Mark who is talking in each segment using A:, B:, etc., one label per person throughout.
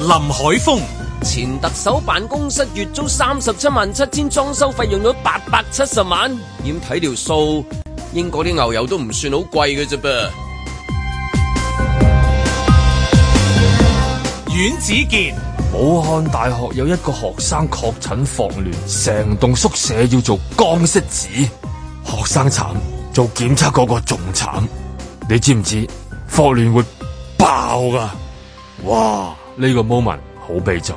A: 林海峰、
B: 前特首辦公室月租三十七萬七千，裝修費用咗八百七十萬。點睇條數？英國啲牛油都唔算好貴嘅啫噃。
A: 阮子健、
C: 武漢大學有一個學生確診霍亂，成棟宿舍要做光色紙，學生慘，做檢測嗰個仲慘。你知唔知霍亂會爆㗎？哇！呢、個 moment 好悲壯。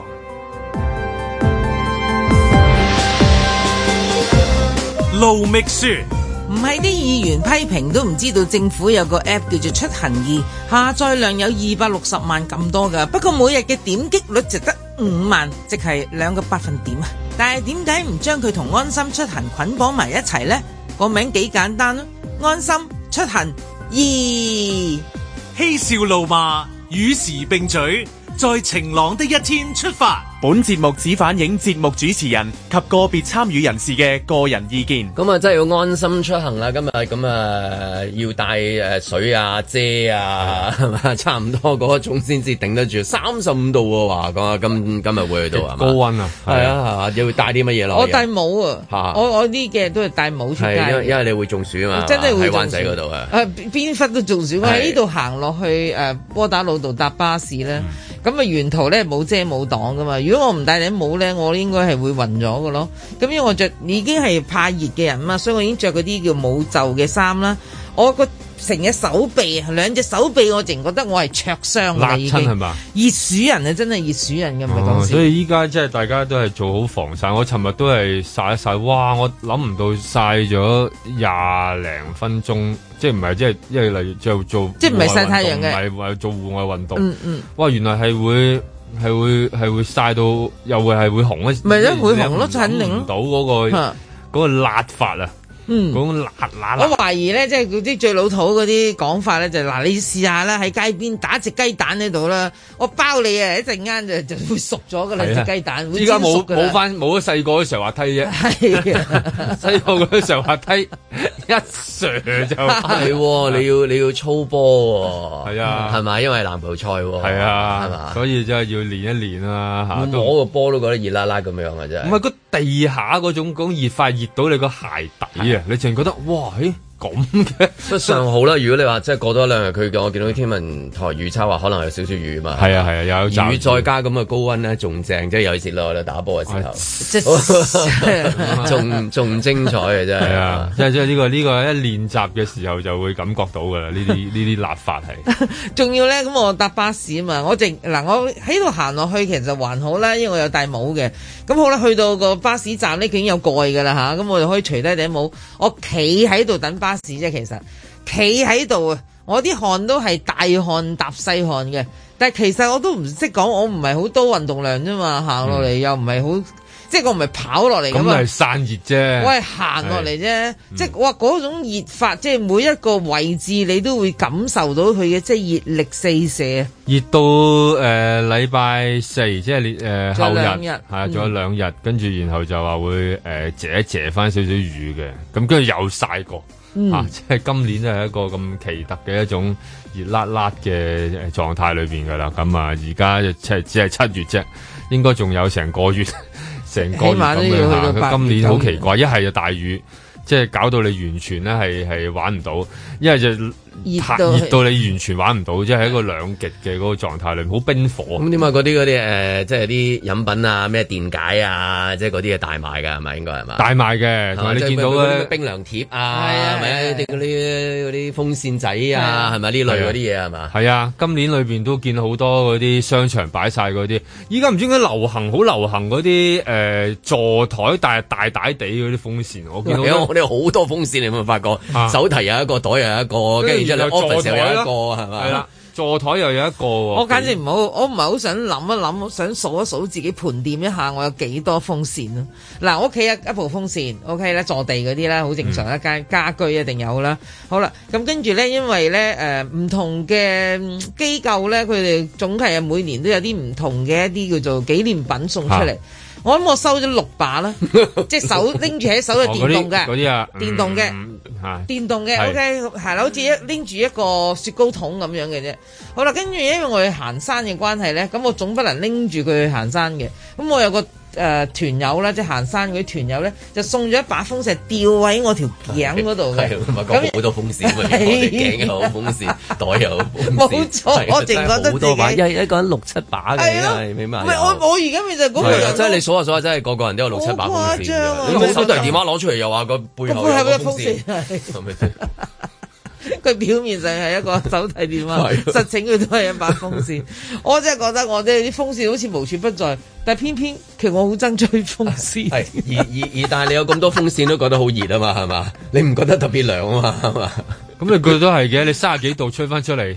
A: 盧覓雪、
D: 唔係啲議員批評都唔知道政府有個 app 叫做出行易，下載量有二百六十萬咁多㗎。不過每日嘅點擊率就得五萬，即係兩個百分點啊！但係點解唔將佢同安心出行捆綁埋一齊呢？個名幾簡單啊！安心出行易。
A: 嬉笑怒罵，與時並舉，在晴朗的一天出發。
E: 本節目只反映節目主持人及個別參與人士嘅個人意見。
B: 咁啊，真係要安心出行啦！今日咁啊，要帶誒水啊、遮啊，係嘛， 差唔多嗰種先至頂得住。三十五度喎，話講啊，今今日會去到係嘛？
C: 高溫啊，
B: 係啊，係嘛？要帶啲乜嘢落
D: 我
B: 去啊？
D: 戴帽啊！
B: 嚇
D: 我我呢幾日都係戴帽出
B: 係因為
D: 街。
B: 因為你會中暑啊嘛，
D: 真係會
B: 喺灣
D: 中暑
B: 仔嗰度 啊。
D: 誒邊忽都中暑，我
B: 係
D: 喺呢度行落去誒波打路度搭巴士
B: 嗯
D: 咧，咁啊沿途咧冇遮冇擋噶嘛。如果我唔戴頂帽咧，我應該係會暈咗噶咯。咁因為我着已經係怕熱嘅人啊嘛，所以我已經着嗰啲叫冇袖嘅衫啦。我個成隻手臂，兩隻手臂，我淨覺得我係灼傷啦，
C: 辣
D: 已
C: 親係
D: 經。
C: 嘛？
D: 熱暑人啊，真係熱暑人嘅唔係
C: 哦
D: 講笑
C: 所。以依家即係大家都係做好防曬。我尋日都係曬一曬，哇！我諗唔到曬咗廿零分鐘，即係唔係即係因為例如做做
D: 即係唔係
C: 戶外
D: 曬太陽嘅
C: 運動唔係做戶外運動。
D: 嗯嗯，
C: 哇！原來係會係會係會曬到，又會係會紅咧。
D: 咪咧
C: 即係
D: 會
C: 你
D: 紅咯
C: 諗
D: 肯定咯
C: 唔到嗰個
D: 嚇
C: 嗰個辣法啊，
D: 嗯
C: 嗰。種辣辣辣
D: 我。懷疑咧，即係嗰啲最老土嗰啲講法咧，就係嗱、你試下啦，喺街邊打隻雞蛋喺度啦，我包你啊，一陣間就 就會熟咗噶啦，
C: 係啊
D: 隻雞蛋會
C: 依家
D: 煎
C: 冇
D: 熟㗎啦
C: 冇翻冇咗細個嗰時候滑梯 啫，
D: 係啊
C: 細個嗰時候滑梯一射就
B: 係喎，你要你要操波喎，
C: 係啊
B: 係咪？因為籃球賽喎，
C: 係
B: 係
C: 啊，
B: 嘛？
C: 所以真係要練一練啦嚇。都
B: 我個波都覺得熱辣辣咁樣啊，真
C: 唔
B: 係。
C: 係個地下嗰種講熱快熱到你個鞋底啊，你淨係覺得哇，咦咁嘅
B: 不上好啦，如果你話即係過多兩日，佢我見到天文台預測話可能有少少雨嘛，
C: 係啊係啊，有驟
B: 雨再加咁嘅高温咧，仲正，即係有時落去打波嘅時候，
D: 即 係
B: 仲仲精彩嘅真
C: 係
B: 係。
C: 啊，即係即係呢個呢個一練習嘅時候就會感覺到㗎啦，呢啲呢啲立法 係
D: 仲要咧，咁我搭巴士啊嘛，我淨嗱我喺度行落去其實還好啦，因為我有戴帽嘅。咁好啦，去到個巴士站呢，佢已經有蓋噶啦吓，咁我就可以除低頂帽，我企喺度等巴士啫。其實企喺度啊，我啲汗都係大汗搭細汗嘅，但係其實我都唔識講，我唔係好多運動量啫嘛，行落嚟又唔係好，即係我唔係跑落嚟
C: 咁
D: 咁啊
C: 係。散熱啫。
D: 哎我係嗯行落嚟啫，即係哇嗰種熱法，即係每一個位置你都會感受到佢嘅即係熱力四射啊！
C: 熱到誒禮拜四，即係你誒
D: 仲
C: 後
D: 有
C: 日
D: 兩日
C: 係啊
D: 嗯
C: 仲有兩日，跟住然後就話會誒謝一謝翻少少雨嘅，咁跟住又曬過
D: 嗯
C: 嚇，即係今年都係一個咁奇特嘅一種熱辣辣嘅誒呃狀態裏邊㗎啦。咁啊，而家就即係只係七月啫，應該仲有成個月， 成個月
D: 起碼
C: 咁
D: 都
C: 樣
D: 要去到
C: 行。
D: 八月
C: 佢今年好
D: 咁
C: 奇怪，一係就大雨。即係搞到你完全咧係係玩唔到，一係就
D: 熱
C: 太
D: 到
C: 熱到你完全玩唔到，即係喺一個兩極嘅嗰個狀態裏面，好冰火。
D: 嗯
B: 咁點啊？嗰啲嗰啲誒，即係啲飲品啊，咩電解啊，即係嗰啲嘢大賣㗎，係咪應該係嘛？
C: 大賣嘅，同埋你見到
B: 咧
C: 咧，
B: 冰涼
D: 係
B: 貼啊，
D: 啊
B: 係咪
D: 係啊
B: 啲嗰啲嗰啲風扇仔
D: 係
B: 啊，
D: 啊
B: 係咪呢類嗰啲嘢係嘛？
C: 係啊，今年裏邊都見好多嗰啲商場擺晒嗰啲，依家唔知點解流行好流行嗰啲誒座台但係大大地嗰啲風扇，我 見
B: 因為
C: 到
B: 我哋好多風扇，你有冇發覺？
C: 啊
B: 手提有一個，袋又有一個，跟住之後
C: 跟住
B: office 又有
C: 有座台
B: 一
C: 啦
B: 個，係咪？
C: 係啦，座台又有一個喎。
D: 我簡直唔好，我唔係好想諗一諗，我想數一數自己盤點一下，我有幾多風扇咯。嗱，我屋企有一部風扇，OK 啦，坐地嗰啲啦，好正常
C: 嗯
D: 一間家居一定有啦。好啦，咁跟住咧，因為咧誒唔同嘅嗯機構咧，佢哋總係啊每年都有啲唔同嘅一啲叫做紀念品送出嚟。我諗我收咗六把啦，即係手拎住喺手嘅
C: 哦嗰
D: 電動
C: 啲
D: 嘅。
C: 嗰啲啊，
D: 電動嘅
C: 嗯嗯嚇
D: 電動嘅
C: 係
D: ，OK，係啦，好似一拎住一個雪糕筒咁樣嘅啫。好啦，跟住因為我哋行山嘅關係咧，咁我總不能拎住佢去行山嘅。咁我有個誒、呃、團友啦，即係行山嗰啲團友咧，就送咗一把風扇吊喺我條頸嗰度嘅。
B: 係咪講好多風扇
D: 係
B: 啊？我哋頸又好風扇，袋又好風扇，
D: 冇錯
B: 係啊
D: 我淨
B: 真係
D: 覺得
B: 好多把，
D: 自
B: 一
D: 己
B: 一個人六七把嘅，
D: 係咯，
B: 因
D: 唔
B: 為起碼
D: 係
B: 有
D: 我我而家咪就係嗰個
B: 係啊，
D: 人
B: 即係你
D: 咯。
B: 數下數下，真係個個人都有六七把
D: 好
B: 風
D: 誇
B: 扇
D: 張
B: 嘅
D: 啊。
B: 你冇手提
D: 好誇張
B: 電話攞出嚟又話個背後
D: 背
B: 有
D: 後
B: 個
D: 有
B: 風
D: 個風
B: 扇，
D: 扇
B: 係咪先？
D: 佢表面上係一個手提 電話，
B: 係
D: 實情佢都係一把風 扇。我真係覺得我哋啲風扇好似無處不在，但係偏偏其實我好憎吹風扇。
B: 係而而而，但係你有咁多風扇都覺得好熱啊嘛，係嘛？你唔覺得特別涼啊嘛，係嘛？
C: 咁你佢都係嘅，你三十幾度吹翻出嚟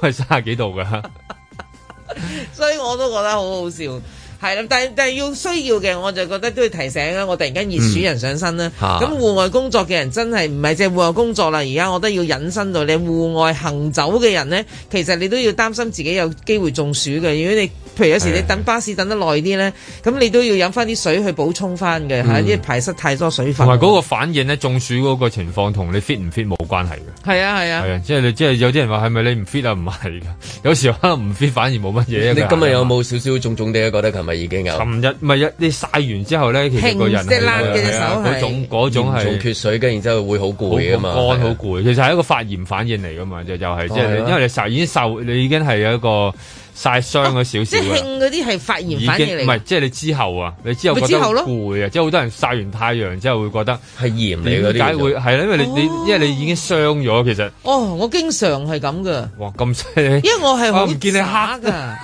C: 都係三十幾度㗎。
D: 所以我都覺得好好笑。係啦，但係但係要需要嘅，我就覺得都要提醒啦。啊我突然間熱暑人上身啦，
B: 嗯啊
D: 咁戶外工作嘅人真係唔係淨係戶外工作啦，而家我覺得要引申到你戶外行走嘅人呢，其實你都要擔心自己有機會中暑嘅。如果你譬如有時你等巴士等得耐啲呢，咁你都要飲翻啲水去補充翻嘅嚇，因為排失太多水分。
C: 嗯同埋嗰個反應咧，中暑嗰個情況同你 fit 唔 fit 冇關係嘅。
D: 係啊係啊
C: 係。啊，即係你即係有啲人話係咪你唔 fit 啊？唔係㗎， 有時可能唔 fit 反而冇乜嘢。啊
B: 你今日有？冇少少重重地覺得琴日已經有
C: 琴日咪一你晒完之後咧，其實個人
D: 停即係冷嘅隻
C: 係啊
D: 手係
C: 嗰種嗰種
B: 嚴重
C: 係。
B: 缺水，跟然之後會好攰啊
C: 好
B: 嘛，
C: 好乾好
B: 係啊
C: 攰，其實係一個發炎反應嚟噶嘛，就又係即係
B: 係啊
C: 你因為你晒已經受，你已經係有一個晒傷咗少
D: 即
C: 少
D: 係
C: 嘅，
D: 興嗰啲係發炎
C: 已
D: 反應
C: 經
D: 嚟
C: 唔
D: 嘅
C: 係，即係你之後啊，你之後
D: 咪
C: 覺
D: 之
C: 得
D: 後
C: 好
D: 咯
C: 攰啊，即係好多人晒完太陽之後會覺得
B: 係鹽嚟嗰
C: 點
B: 啲叫
C: 解
B: 做。
C: 會係啦，因為你你因為你已經傷咗，其實
D: 哦，我經常係咁嘅。
C: 哇咁犀利
D: 因為我係
C: 啊
D: 好
C: 唔見你
D: 渣噶，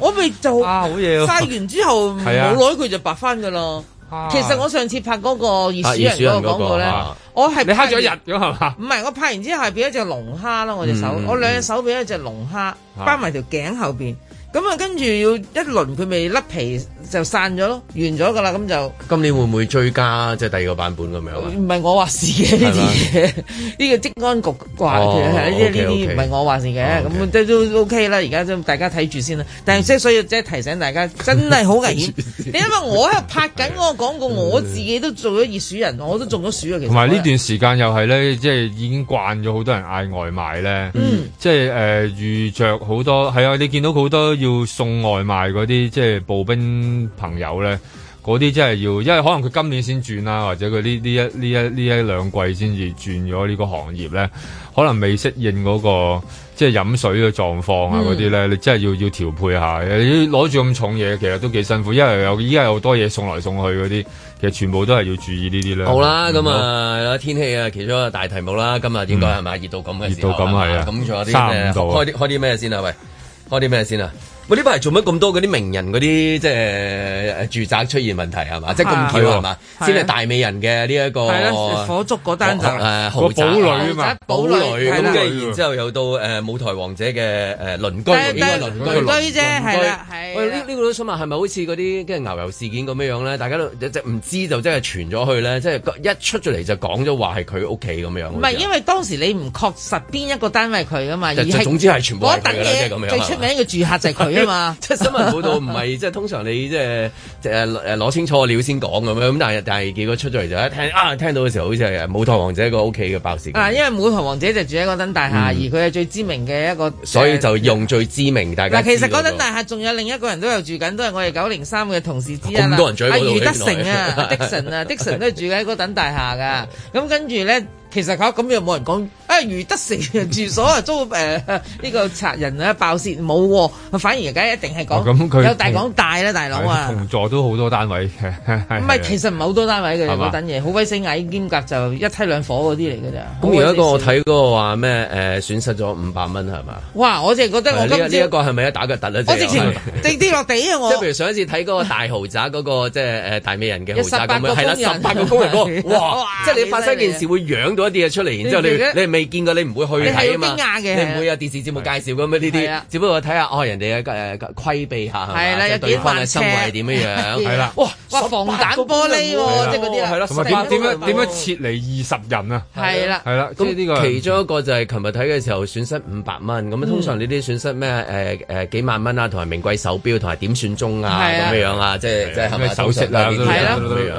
D: 我咪 就
C: 啊，好嘢
D: 晒
C: 喎！
D: 完之後冇
C: 係啊
D: 耐佢就白翻噶咯。
C: 啊
D: 其實我上次拍嗰個熱
B: 啊
D: 鼠人嗰個廣告咧
B: 熱鼠人嗰個啊，
D: 我係
C: 你黑
D: 拍
C: 咗一
D: 完
C: 日咁係嘛？
D: 唔係我拍完之後係變咗隻龍蝦咯，我隻手
B: 嗯，
D: 我兩隻手變咗隻龍蝦，
C: 啊
D: 包埋條頸後邊。咁啊，跟住要一輪佢咪甩皮就散咗咯，完咗噶啦，咁就
B: 今年會唔會追加即係第二個版本咁樣啊？
D: 唔係我話事嘅呢啲嘢，呢個職安局話
B: 哦
D: 嘅，係呢啲
B: OK，OK
D: 呢啲唔係我話事嘅，
B: 哦，OK 嗯
D: 咁都都 OK 啦。而家都大家睇住先啦。但係即係所以即係提醒大家，真係好危 險。你諗下，我喺度拍緊嗰個廣告，
B: 嗯
D: 我自己都做咗熱暑人，我都中咗暑啊。其實
C: 同埋呢段時間又係咧，即係已經慣咗好多人嗌外賣咧，
B: 嗯
C: 即係誒遇着好多係啊！你見到好多要送外賣嗰啲，即係步兵朋友咧，嗰啲真係要，因為可能佢今年先轉啦，或者佢呢呢一呢一呢一兩季先至轉咗呢個行業咧，可能未適應嗰、個。即係飲水嘅狀況啊，
B: 嗯
C: 嗰啲咧，你真係要要調配下。你攞住咁重嘢，其實都幾辛苦，因為有依家有好多嘢送來送去嗰啲，其實全部都係要注意呢啲咧。
B: 好啦，咁
C: 嗯
B: 啊，係啦天氣啊，其中一個大題目啦，今日應該係咪熱到咁嘅時候
C: 熱到咁係啊
B: 咁仲有啲咩？
C: 35度啊
B: 開啲開啲咩先啊？喂，開啲咩先啊？喂，呢排做乜咁多嗰啲名人嗰啲即係誒住宅出現問題係啊嘛？即係咁巧
C: 係喎
B: 係嘛？
D: 係啊
B: 先係大美人嘅呢一個
D: 係啦，火燭嗰單就
B: 誒哦豪宅
C: 個堡壘
B: 啊
C: 啊嘛
B: 堡壘
D: 係
B: 咁
D: 啦
B: 跟
C: 嘅。
B: 住然之後又到呃誒舞台王者嘅
D: 但但鄰
B: 誒鄰居，應該鄰居
D: 居啫，係啦，
B: 喂，
D: 係
B: 呢
D: 啦
B: 呢個都想問，係咪好似嗰啲跟住牛油事件咁樣樣咧？大家都即係唔知就真係傳咗去咧，即係一出咗嚟就講咗話係佢屋企咁樣。
D: 唔係因為當時你唔確實邊一個單位佢噶嘛，而
B: 就
D: 係
B: 總之係全部
D: 嗰
B: 係
D: 一等
B: 佢㗎啦，即係咁
D: 嘢
B: 樣。
D: 最出名嘅住客就係佢啊嘛。
B: 即係新聞報道唔係即係通常你即係即係誒攞清楚料先講咁樣，咁但係但係結果出咗嚟就一聽啊聽到嘅時候好似係舞台王者個屋企嘅爆事件
D: 啊，因為舞台王者就住喺嗰等大廈，而佢係最知名嘅一個，
B: 嗯所以就用最知名大家
D: 嗱，
B: 知道
D: 其
B: 嗰個。
D: 實嗰等大廈仲有另一個人都有住緊，都係我哋九零三嘅同事之一啦。
B: 咁多人住喺
D: 阿
B: 嗰度
D: 余德成啊
B: 原來
D: 阿，Dixon 啊，Dixon 都係住喺嗰等大廈噶。咁跟住咧，其實佢咁又冇人講，啊余德成嘅住所啊 遭誒呢個賊人啊爆竊冇喎，反而而家一定係
C: 哦咁
D: 講
C: 佢
D: 有大講大啦，大佬啊！
C: 同座都好多單位 嘅，
D: 唔
C: 唔
D: 係，其實唔係好多單位嘅
C: 係嘛
D: 嗰等嘢，好鬼死矮兼夾就一梯兩火嗰啲嚟㗎咋。
B: 咁而家
D: 好鬼死
B: 個我
D: 少
B: 睇嗰個話咩誒損失咗五百蚊係嘛？
D: 哇！我淨係覺得
B: 呢
D: 我
B: 一呢
D: 今
B: 一
D: 朝
B: 個係咪一打腳突咧？
D: 我
B: 即
D: 直
B: 係
D: 情滴滴落地啊！我
B: 即係譬如上一次睇嗰個大豪宅 嗰個即係呃誒大美人嘅豪宅咁
D: 有
B: 樣，
D: 18個工
B: 係啦，
D: 人
B: 十八個工 人嗰個，哇
D: 哇！
B: 即係你發生件事會養到一啲嘢出嚟，然之後你
D: 你唔記得
B: 你係未見過，你唔會去睇啊嘛，
D: 你係好驚訝嘅
B: 你唔會有電視節目介紹咁樣呢
D: 係
B: 啲
D: 啊，
B: 只不過睇下哦人哋嘅誒規避下係嘛
D: 係啦
B: 即係
D: 有
B: 對
D: 幾
B: 方
D: 萬
B: 嘅
D: 尺
B: 生活係點樣
D: 啊
B: 樣，
C: 係啦
B: 哇！
D: 哇防彈玻璃喎，即係嗰啲啦，啊
B: 係啦，
C: 同
B: 18
C: 埋點
B: 個工
C: 點
B: 人
C: 樣點樣撤離二十人啊？
D: 係啦，
C: 係啦，即係呢個
B: 咁其中一個就係琴日睇嘅時候損失五百
D: 嗯
B: 蚊，咁啊通常呢啲損失咩誒誒幾萬蚊啊，同埋名貴手錶，同埋點算鐘啊
D: 係啊
B: 咁樣樣啊，即係即係係咪
C: 咩首飾啊
B: 通常都係呢啲咁樣
C: 係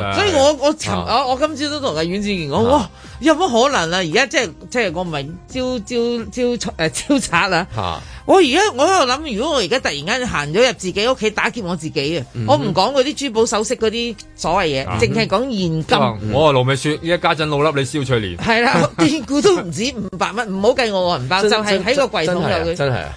C: 啦
D: 所以我我尋
B: 啊
D: 我我今朝都同阿阮志健講，
B: 啊
D: 哇，呃有乜可能啊？而家即係即係我唔係招招招誒招賊啊！
B: 嚇
D: 我而家我喺度諗，如果我而家突然間行咗入自己屋企打劫我自己啊，我唔講嗰啲珠寶首飾嗰啲所謂嘢，淨係講現
C: 即係話
D: 金。
C: 我係盧美雪，依家家陣老粒你蕭翠蓮，
D: 係啦，我斷估都唔止五百蚊，唔好計我個銀啊包，就
B: 真
D: 係喺個櫃桶有
B: 真
D: 啊
B: 係啊
D: 佢。
B: 真係啊！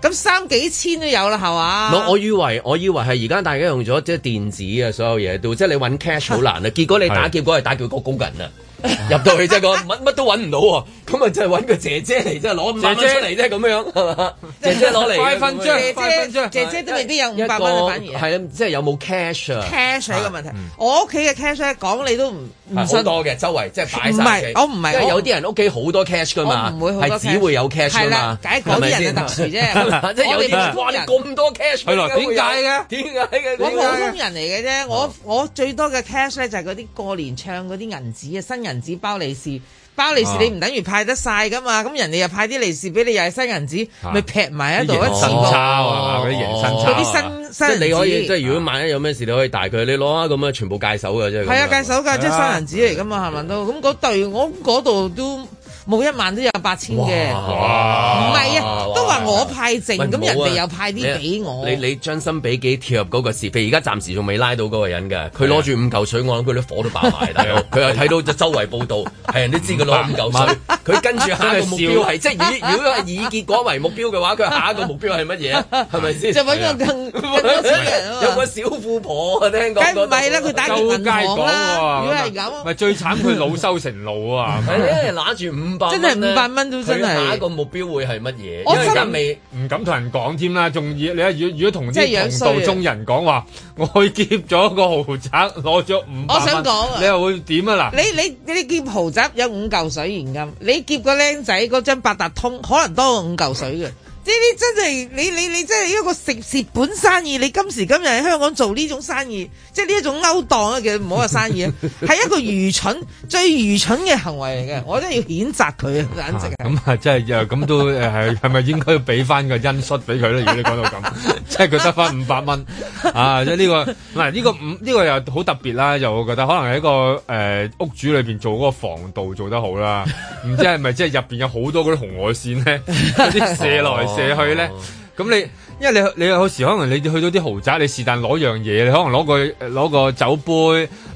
D: 咁三幾千都有啦，係
B: 唔係，
D: 嘛？
B: 我以為我以為係而家大家用咗即係電子嘅所有嘢都，即係你 揾 cash 好難啊！結果你打劫嗰係打劫個高人啊！ 入到去即係講乜乜都揾唔到喎，咁啊就係揾個姐姐嚟，即係攞五百蚊出嚟啫咁樣，係 嘛？姐姐攞嚟
C: 快分張
D: 姐
C: 快分
D: 姐
C: 張
D: 姐姐都未必有五
B: 一個
D: 百蚊啊，反而係
B: 係啊，即係有冇 cash 啊？
D: cash 呢個問題。我屋企嘅 cash 咧，講你都唔唔
B: 啊係好
D: 信。
B: 多嘅，周圍即係擺
D: 唔
B: 晒嘅。
D: 係我唔係
B: 因為
D: 我
B: 有啲人屋企好多 cash 噶
D: 我
B: 嘛，
D: 唔會好多
B: 係只會有 cash 㗎
D: 係
B: 嘛
D: 啦，梗係嗰啲人就特殊啫
B: 係咪先 即係有
D: 我哋
B: 啲
D: 普
B: 人
D: 通
B: 哇，你
D: 人
B: 咁多 cash，
C: 係咯
B: 會有
C: 點解嘅
B: 點解嘅？
D: 我普
B: 點解嘅
D: 通人嚟嘅啫，
B: 哦
D: 我我最多嘅 cash 咧就係嗰啲過年唱嗰啲銀紙啊，新銀紙包利是，包利是
B: 哦
D: 你唔等於派得晒噶嘛，咁人哋又派啲利是俾你，又係新銀紙，咪劈埋喺度
C: 啲
D: 一
C: 嘢
D: 次
C: 新
D: 過
C: 鈔啊，嗰啲嘢新
D: 嗰
C: 鈔啊，
D: 啲新
B: 哦即係
D: 新
B: 你可以，即
D: 銀紙。
B: 係如果萬一有咩事，你可以帶佢，你攞啊咁啊，全部戒手嘅啫。
D: 係啊，介手㗎，即
C: 係啊
D: 係新銀紙嚟噶嘛，係咪都？咁嗰對我嗰度都冇一萬都有八千嘅，唔
C: 哇
D: 係啊，都話我派剩，
B: 喂
D: 咁
B: 冇啊
D: 人哋又派啲俾我。
B: 你你將心比己跳入嗰個是非，而家暫時仲未拉到嗰個人
D: 啊
B: 嘅，佢攞住五嚿水，我諗佢啲火都爆埋，大佬。佢又睇到就周圍報道，係人都知佢攞五嚿水。佢跟住下一個 目標係，即係以如果係以結果為目標嘅話，佢下一個目標係乜嘢啊？係咪 先？
D: 就揾個更更多錢嘅人啊
B: 有
D: 嘛
B: 個。小富婆啊，聽講嗰度。
D: 梗唔係啦，佢打劫
C: 周街
D: 銀行
C: 講
D: 啦。如果係
C: 喎，
D: 咁，
C: 咪最慘佢老羞成 怒啊！
B: 係咧，揦住五百，
D: 真係500蚊都真係
B: 佢下一個目標會係乜嘢？
D: 我
B: 因為而家
D: 真
B: 未。
C: 唔敢同人講添啦，仲要你一如如果同
D: 即係樣
C: 啲
D: 衰
C: 同
D: 啊
C: 道中人講話， 我去劫咗個豪宅，攞咗五百
D: 我想講啊
C: 你又會點啊嗱？
D: 你你你劫豪宅有五嚿水現金，你劫個僆仔嗰張八達通可能多過五嚿水嘅。呢啲真係你你你真係一個蝕蝕本生意，你今時今日喺香港做呢種生意，即係呢一種勾當啊！其實唔好話生 意啊，係一個愚蠢、最愚蠢嘅行為嚟嘅，我真係要譴責佢啊！簡直係。
C: 咁啊，即係又咁都誒係係咪應該要俾翻個恩恤俾佢咧？如果你講到 咁，即係佢得翻五百蚊啊！即係呢個嗱，呢個五呢個又好特別啦，又我覺得可能係一個誒、呃屋主裏邊做嗰個防盜做得好啦，唔知係咪即係入邊有好多嗰啲紅外線 咧，嗰啲射來
D: 哦
C: 射去咧。咁你，因為你你有時可能你去到啲豪宅，你是但攞樣嘢，你可能攞個呃攞個酒杯，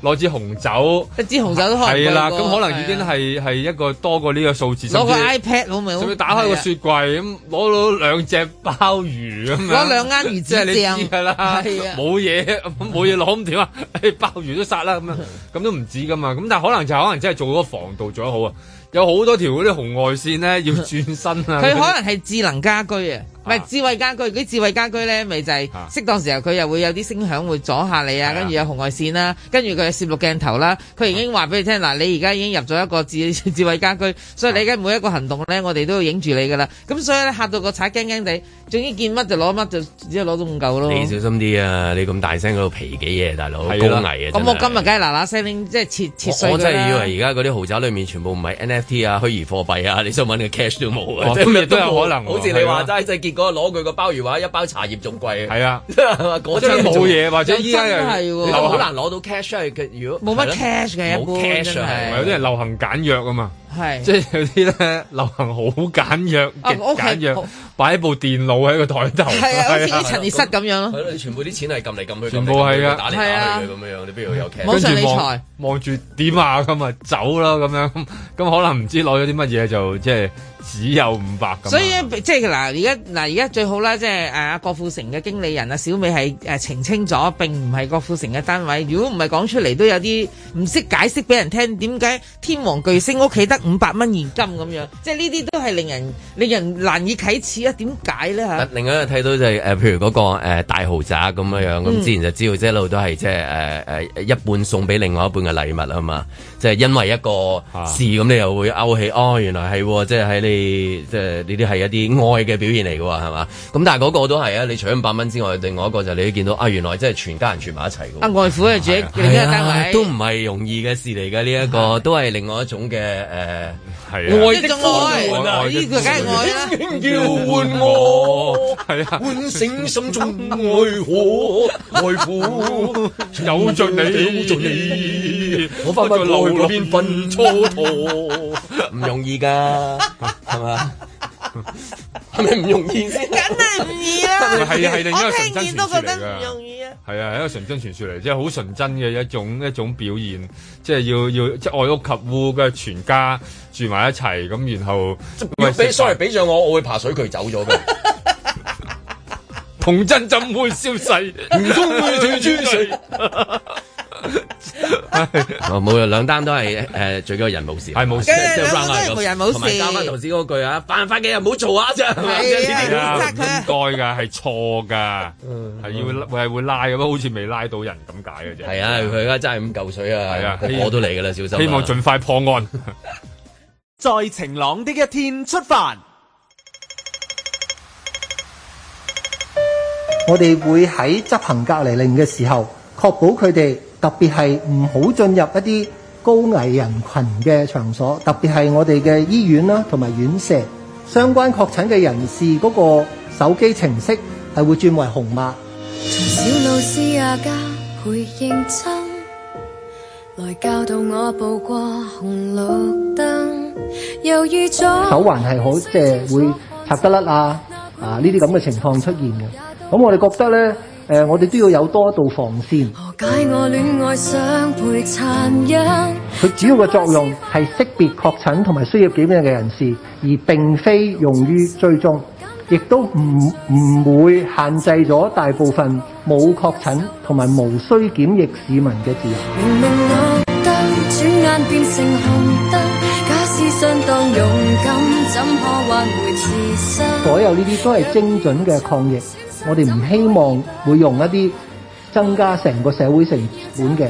C: 攞支紅酒，
D: 一支紅酒都開
C: 係啦，咁可能已經係係一個多過呢個數字，
D: 啊攞
C: 甚
D: 個
C: 至
D: iPad 好咪好？
C: 甚至打開個
D: 係啊
C: 雪櫃咁攞到兩隻鮑魚咁樣，
D: 攞兩間魚
C: 即係
D: 子
C: 你知
D: 醬，
C: 㗎啦，
D: 係啊。
C: 冇嘢冇嘢攞咁點啊？ 誒鮑魚都殺啦咁樣，
D: 嗯
C: 咁都唔止㗎嘛。咁但係可能就可能真係做嗰個防盜做得好啊，有好多條嗰啲紅外線咧要轉身 啊，
D: 佢
C: 嗰啲
D: 可能係智能家居啊，唔
C: 啊
D: 係智慧家居。嗰啲智慧家居咧，咪就係
C: 啊
D: 適當時候佢又會有啲聲響會阻嚇你
C: 係啊
D: 啊，跟住有紅外線啦，跟住佢有攝錄鏡頭啦。佢已經話俾你聽嗱，你而家已經入咗一個智 智慧家居，所以你而家每一個行動咧，我哋都要影住你噶啦。咁所以咧嚇到個賊驚驚地，總之見乜就攞乜，就只係攞到五嚿咯。
B: 你小心啲啊！你咁大聲嗰度皮幾嘢，大佬高
C: 係
B: 危
C: 啦
B: 啊！
D: 咁我今日梗
B: 真係
D: 係嗱嗱聲拎，即係切切
B: 我
D: 碎
B: 我
D: 佢
B: 真
D: 啦。
B: 係以為而家嗰啲豪宅裏面全部唔係 NFT 啊、虛擬貨幣啊，你 想揾嘅 cash 都冇啊，
C: 哦
B: 即係
C: 咁
B: 咩
C: 亦都有
B: 冇
C: 可能喎
B: 好似你
C: 係
B: 話
C: 啊
B: 齋，即係結果攞佢個鮑魚話一包茶葉仲貴 啊，
C: 係啊。
B: 係嘛嗰
C: 真
B: 張
C: 係冇嘢，或者
D: 真
C: 依家又
D: 係喎
B: 仲，你
C: 流
B: 都好
C: 行，
B: 難攞到 cash 啊！佢如果
D: 冇乜
B: 係咯
D: cash 嘅一
B: 冇
D: 般
B: cash
D: 真
B: 啊
D: 係
B: 係
C: 有啲人流行簡約啊嘛，
D: 係
C: 即係有啲咧流行好簡約，極
D: 啊，OK，
C: 簡約
D: 好，
C: 擺部電腦喺個台頭，
D: 係啊，好似
C: 係啊
D: 啲陳列室咁樣咯。
B: 係咯，你全部啲錢係撳嚟撳去，
C: 全部
B: 撳嚟撳去
C: 係啊
B: 打嚟
D: 係
B: 打
D: 啊
B: 去嘅咁樣，你邊度有 cash？啊
D: 網上
C: 跟住
D: 理
C: 望
D: 財
C: 望住點啊咁啊走啦咁樣，咁可能唔知攞咗啲乜嘢就即係只有五百咁啊。
D: 所以咧，即係嗱，而家嗱，而家最好啦，即係誒阿郭富城嘅經理人啊，小美係誒澄清咗，並唔係郭富城嘅單位。如果唔係講出嚟，都有啲唔識解釋俾人聽，點解天王巨星屋企得五百蚊現金咁樣？即係呢啲都係令人令人難以啟齒啊！點解咧嚇？
B: 另外一個睇到就係、呃誒，譬如嗰、個、誒大豪宅咁樣樣，
D: 嗯
B: 咁之前就知道即係一路都係即係誒誒一半送俾另外一半嘅禮物啊嘛，即係因為一個
C: 啊
B: 事咁，你又會勾起哦，原來係喎即係喺你即係呢啲係一啲愛嘅表現嚟嘅喎，係嘛？咁但係嗰個都係啊，你除咗五百蚊之外，另外一個就你都見到啊，原來真係全家人住埋一齊嘅
D: 啊，
B: 喎。
D: 外父係住喺另一
B: 係
D: 個
B: 啊
D: 單位，啊
B: 都唔係容易嘅事嚟嘅，呢一個都係另外一種嘅呃誒。
C: 係啊，
D: 一種愛，
C: 愛的
D: 呢個梗係愛啦。
B: 要換我
C: 係啊，
B: 喚醒心中愛火，愛 火
C: 有盡你，
B: 有盡你我翻返過去嗰邊 分蹉跎，唔容易噶，係嘛？啊係咪唔容易先？
D: 梗係唔易啦。
C: 係係係另一個
D: 我
C: 純
D: 聽
C: 真
D: 見
C: 傳
D: 都覺
C: 説
D: 得
C: 嚟
D: 唔容
C: 㗎。
D: 易啊。
C: 係啊，係一個純真傳説嚟，即係好純真嘅一種一種表現，即係要要即係愛屋及烏嘅全家住埋一齊咁，然後
B: 要俾
C: 喂食飯
B: sorry 俾咗我，我會爬水渠走咗嘅。
C: 童真怎會消逝？
B: 唔通會斷磚水？ 哦，冇啊，兩單都係誒最緊要人冇事，
C: 係冇事
B: 即係即係
D: 梗係啦
B: round out
D: 都係人冇事
B: 同埋加翻頭先嗰句啊，犯法嘅人唔好做啊，啫係嘛，即係呢
C: 係
B: 啲
C: 啊，
D: 要
C: 唔
D: 殺
C: 應
D: 佢啊
C: 該噶，係錯噶，係要會係會拉咁，好似未拉到人咁解嘅啫。
B: 係啊，佢而家真係五嚿水
C: 係
B: 啊
C: 啊，
B: 我都嚟㗎啦，小心啊。
C: 希望盡快破案。
E: 在晴朗的一天出發。
F: 我哋會喺執行隔離令嘅時候，確保佢哋特別係唔好進入一啲高危人群嘅場所，特別係我哋嘅醫院啦同埋院舍。相關確診嘅人士嗰個手機程式係會轉為紅碼。
G: 小老師阿家陪認真，來教導我步過紅綠燈。猶豫咗，
F: 手環係好即係會拆得甩啊啊呢啲咁嘅情況出現嘅。咁我哋覺得呢，誒、呃我哋都要有多一道防線。
G: 何解我戀愛雙倍殘忍？
F: 佢主要嘅作用係識別確診同埋需要檢疫嘅人士，而並非用於追蹤，亦都唔唔會限制咗大部分冇確診同埋無需檢疫市民嘅自由。
G: 明明綠燈，轉眼變成紅燈。假使相當勇敢，怎可挽回自身？
F: 所有呢啲都係精準嘅抗疫，我哋唔希望會用一啲增加成個社會成本嘅，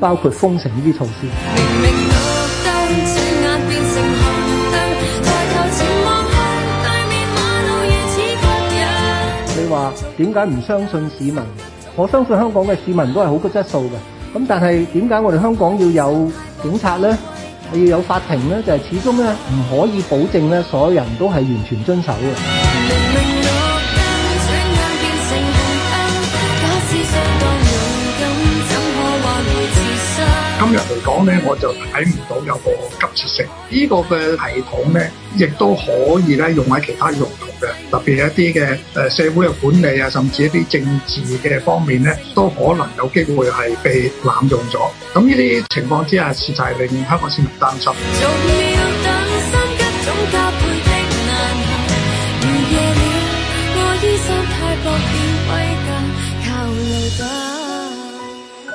F: 包括封城呢啲措施。
G: 明明綠燈，轉眼變成紅燈。抬頭前望向對面馬路，如此吸引。
F: 你話點解唔相信市民？我相信香港嘅市民都係好高質素嘅。咁但係點解我哋香港要有警察呢？要有法庭呢？就係、始終呢，唔可以保證呢所有人都係完全遵守嘅。
G: 明明綠燈，轉眼變成紅燈。假使相當勇敢，怎可挽回自身？
H: 今日嚟講咧，我就睇唔到有個急切性。呢、個嘅系統咧，亦都可以咧用喺其他用途嘅，特別一啲嘅誒社會嘅管理啊，甚至一啲政治嘅方面咧，都可能有機會係被濫用咗。咁呢啲情況之下，事就係令香港市民擔心。
G: 逐秒等心急，總加倍的難行。如夜了，我衣衫太薄，便歸家靠路吧。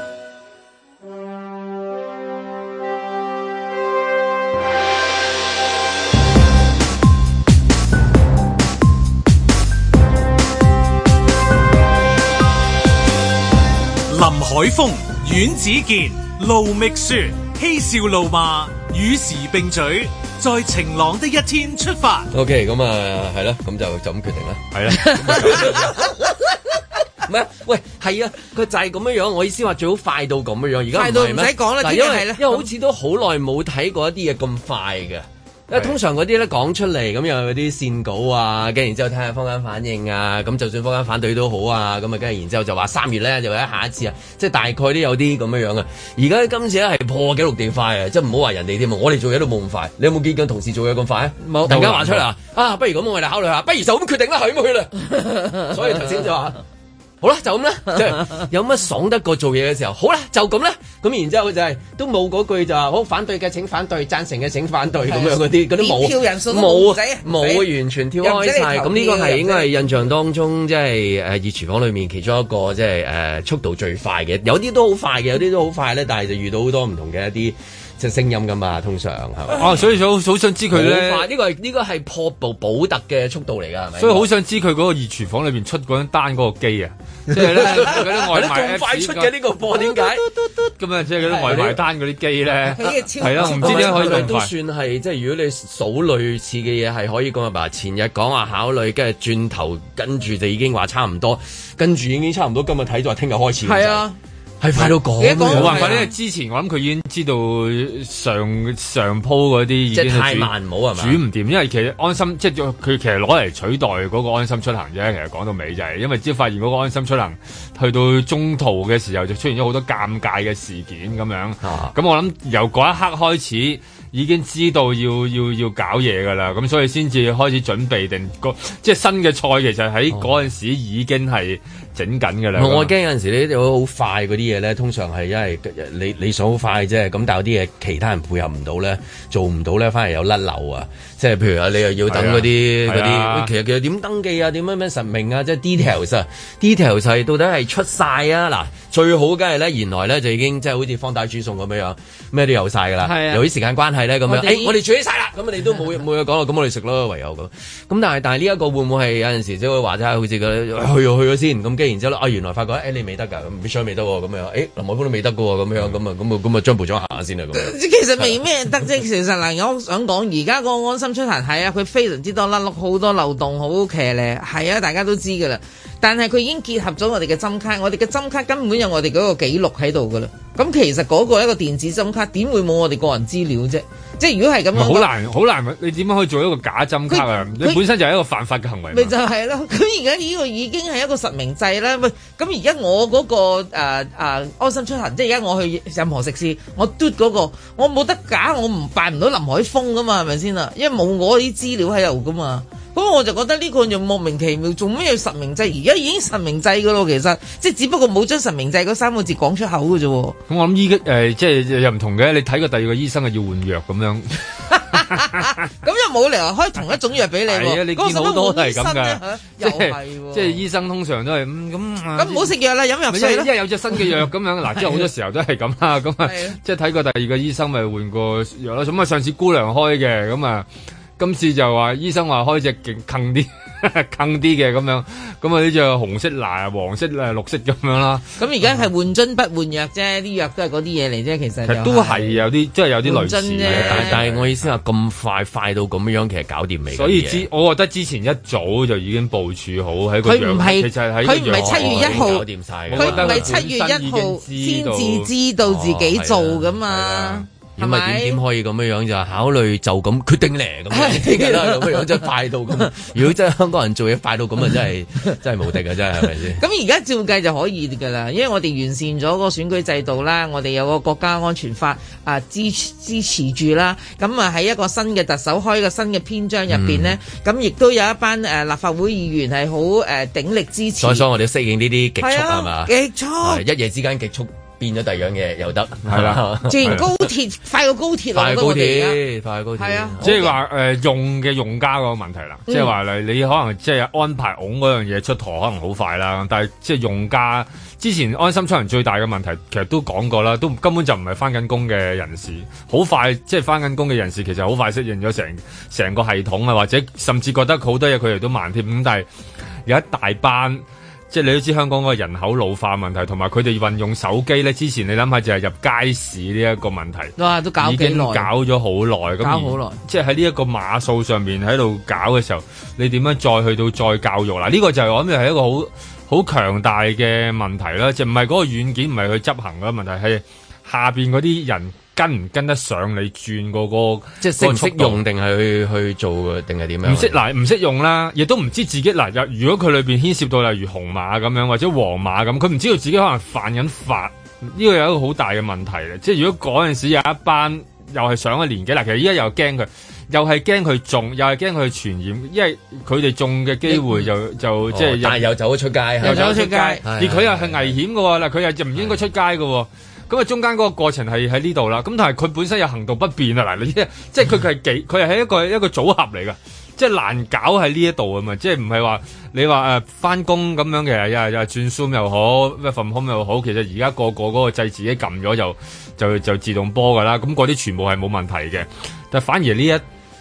A: 林海峰、阮子健、盧覓雪，嬉笑怒罵，與時並舉，在晴朗的一天出發。
B: OK，咁啊係啦，咁就就咁決定啦。
C: 係啊啦，
B: 唔係，喂，係啊，佢就係咁樣樣。我意思話最好快到咁樣樣，而家
D: 快到
B: 係咩
D: 唔使講啦
B: 嗱
D: 即
B: 因
D: 係
B: 為
D: 係啦
B: 因為好似都好耐冇睇過一啲嘢咁快嘅。因為通常嗰啲咧講出嚟咁又有啲線稿啊，跟然之後睇下坊間反應啊，咁就算坊間反對都好啊，咁啊跟然之後就話三月咧就或者下一次啊，即係大概都有啲咁樣樣啊。而家今次咧係破紀錄地快啊，即係唔好話人哋添啊，我哋做嘢都冇咁快。你有冇見過同事做嘢咁快啊？
D: 冇
B: 突然間話出嚟啊，啊不如咁我哋考慮下，不如就咁決定啦，係咁去 啦。所以頭先就話。好啦，就咁啦，即係有乜爽得過做嘢嘅時候，好啦，就咁啦。咁然之後就係、都冇嗰句就話好反對嘅請反對，贊成嘅請反對咁樣嗰啲，嗰啲冇啊
D: 連跳人數都冇唔
B: 冇
D: 使啊唔使
B: 冇完全跳開晒。
D: 又
B: 咁
D: 唔使
B: 呢
D: 你投票
B: 個係應該係印象當中即係誒熱廚房裏面其中一個即係誒速度最快嘅，有啲都好快嘅，有啲都好快咧，但係就遇到好多唔同嘅一啲即係聲音噶嘛，通常係咪？
C: 啊，所以好好想知佢咧
B: 好。快呢個係呢個係破步保特嘅速度嚟㗎，係咪？
C: 所以好想知佢嗰個二廚房裏面出嗰張單嗰個機啊，即係 咧嗰啲
B: 係
C: 外
B: 咯
C: 賣
B: 咁快出嘅呢個播點解？
C: 咁啊，即係嗰啲外賣單嗰啲機咧，
B: 啊
D: 佢嘅超
C: 係啦，唔知點解可以咁
B: 都
C: 快。
B: 算係，即係如果你數類似嘅嘢係可以講啊，前日講話考慮，跟住轉頭跟住就已經話差唔多，跟住已經差唔多，今日睇咗話聽日開始。
D: 係，啊，
B: 係快到講
D: 而家講
C: 冇辦法
D: 係啊
C: 咧，之前我諗佢已經知道上上鋪嗰啲已
B: 即
C: 經
B: 係太
C: 轉
B: 慢唔好啊
C: 煮
B: 係嘛？
C: 唔掂，因為其實安心即係佢其實攞嚟取代嗰個安心出行啫。其實講到尾就係、因為只發現嗰個安心出行去到中途嘅時候就出現咗好多尷尬嘅事件咁樣。咁、
B: 啊
C: 我諗由嗰一刻開始。已經知道要要要搞嘢㗎啦，咁所以先至開始準備定個即係新嘅菜，其實喺嗰陣時已經係整緊㗎啦。
B: 哦
C: 啊
B: 我我驚有陣時你啲好快嗰啲嘢咧，通常係因為你你想好快啫，咁但係有啲嘢其他人配合唔到咧，做唔到咧，反而有甩漏啊！即係譬如啊，你又要等嗰啲
C: 係
B: 嗰
C: 啊
B: 啲，其實其實點登記啊，點樣咩實名啊，即係 details 啊，details 係到底係出晒啊嗱，最好梗係咧，原來咧就已經即係好似方大煮餸咁樣樣，咩都有晒㗎啦。
D: 係啊
B: 由於時間關係咧，咁樣
D: 我哋
B: 誒，我哋煮起晒啦，咁啊你都冇冇嘢講啦，咁我哋食咯，唯有咁。咁但係但係呢一個會唔會係有陣時即係會話齋好似個去咗去咗先，咁跟然之後咧啊原來發覺誒你未得㗎，咁必須未得喎，咁樣哎誒林海峰都未得㗎喎，咁樣咁啊咁啊咁啊張部長行下先啦 咁樣。
D: 其實未咩得啫，其實嗱，我想講而家個安心出行係啊，佢非常之多甩碌，好多漏洞，好騎呢，係啊，大家都知㗎啦。但係佢已經結合咗我哋嘅針卡，我哋嘅針卡根本有我哋嗰個記錄喺度㗎啦。咁其實嗰個一個電子針卡點會冇我哋個人資料啫？即係如果係咁
C: 唔
D: 樣
C: 係好
D: 講
C: 難好難，你點樣可以做一個假針卡啊？
D: 佢
C: 你本身就係一個犯法嘅行為嘛。
D: 咪就係咯， 咁而家呢個已經係一個實名制啦。喂，咁而家我嗰、個誒、呃呃安心出行，即係而家我去任何食肆，我嘟嗰、個，我冇得假，我唔扮唔到林海峰噶嘛，係咪先啦？因為冇我啲資料喺度噶嘛。咁我就覺得呢個就莫名其妙，做咩要實名制？而家已經實名制噶咯，其實即係只不過冇將實名制嗰三個字講出口嘅啫喎。
C: 咁我諗依家誒，即係又唔同嘅。你睇過第二個醫生啊，要換藥咁樣。
D: 咁又冇理由開同一種藥俾你喎。
C: 係啊，你
D: 咁我
C: 見
D: 使乜
C: 好多都
D: 換醫
C: 係咁
D: 生呢
C: 噶，即
D: 又係
C: 係
D: 喎。
C: 即係醫生通常都係嗯咁啊
D: 咁唔好食藥啦，飲藥
C: 咪因為
D: 水啦啊
C: 因。為有隻新嘅藥咁樣， 嗱，即係好多時候都係咁啦，咁啊
D: 係啊，
C: 即係睇過第二個醫生咪換過藥咯。咁啊，上次姑娘開嘅，咁啊，今次就話醫生話開只勁坑啲、 坑啲嘅咁樣，咁啊呢只紅色嗱、黃色誒、綠色咁樣啦，
D: 咁而家係換樽不換藥啫，啲藥都係嗰啲嘢嚟啫，其實
C: 其實都係有啲即係有啲類似
D: 換
C: 嘅
D: 針啫，
B: 但但係我意思話咁快快到咁樣，其實搞掂未？
C: 所以之我覺得之前一早就已經部署好喺
D: 佢
C: 個藥
D: 唔係
C: 其實喺個
D: 佢唔係
C: 藥
D: 7月1號
B: 哦搞掂晒㗎。
D: 佢唔係
C: 我覺得
D: 七月一號先至知道自己做噶嘛，係
B: 咁咪點
D: 咪
B: 點？可以咁樣樣就考慮就咁決定咧咁樣即係啦 咁樣 樣真係快到咁。如果真係香港人做嘢快到咁啊，真係真係無敵啊！真係係咪先？
D: 咁而家照計就可以㗎啦，因為我哋完善咗個選舉制度啦，我哋有個國家安全法啊支支持住啦，咁啊喺一個新嘅特首開個新嘅篇章入邊呢，咁亦都有一班誒立法會議員係好誒鼎力支持，
B: 所以所以我哋適應呢啲極速
D: 係
B: 係嘛
D: 啊，？極速。
B: 係一夜之間極速變咗第二樣嘢又得，
C: 係啦
D: 自然高鐵快過高鐵落
B: 快
D: 啦，
B: 高
D: 我哋而家
B: 鐵，快高鐵，
D: 係啊
C: 即係話誒用嘅用家嗰個問題啦，即係話你你可能即係安排拱嗰樣嘢出台可能好快啦，但係即係用家之前安心出行最大嘅問題，其實都講過啦，都根本就唔係翻緊工嘅人士，好快即係翻緊工嘅人士其實好快適應咗成成個系統啊，或者甚至覺得好多嘢佢哋都慢添，咁但係有一大班。即係你都知香港嗰個人口老化問題，同埋佢哋運用手機咧。之前你諗下就係入街市呢一個問題，
D: 哇，都搞
C: 已
D: 幾
C: 經
D: 耐
C: 搞。咗好耐，咁
D: 搞
C: 而
D: 好耐
C: 即係喺呢一個碼數上面喺度搞嘅時候，你點樣再去到再教育嗱？呢、個就係我諗係一個好好強大嘅問題啦，就唔係嗰個軟件唔係去執行嘅問題，係下邊嗰啲人跟唔跟得上你轉嗰、個。
B: 即係識唔
C: 個速
B: 識
C: 度
B: 用定係去去做嘅定係點樣？
C: 唔識嗱，唔識用啦，亦都唔知自己嗱。若如果佢裏邊牽涉到例如紅馬咁樣或者黃馬咁，佢唔知道自己可能犯緊法，呢個有一個好大嘅問題嚟。即係如果嗰陣時有一班又係上咗年紀嗱，其實依家又驚佢，又係驚佢中，又係驚佢傳染，因為佢哋中嘅機會就就
B: 哦
C: 即係
B: 但係又走咗出街，係咪
D: 又走咗出街
C: 而佢又係危險嘅喎，嗱佢又唔應該出街嘅喎。咁啊，中間嗰個過程係喺呢度啦。咁但係佢本身又行動不便啊！嗱，你即即係佢佢係幾，佢係一個一個組合嚟㗎，即係難搞喺呢一度啊嘛。即係唔係話你話誒翻工咁樣嘅，又又轉 Zoom 又好，work from home 又好。其實而家個個嗰個掣自己撳咗就就就自動波㗎啦。咁嗰啲全部係冇問題嘅，但反而呢一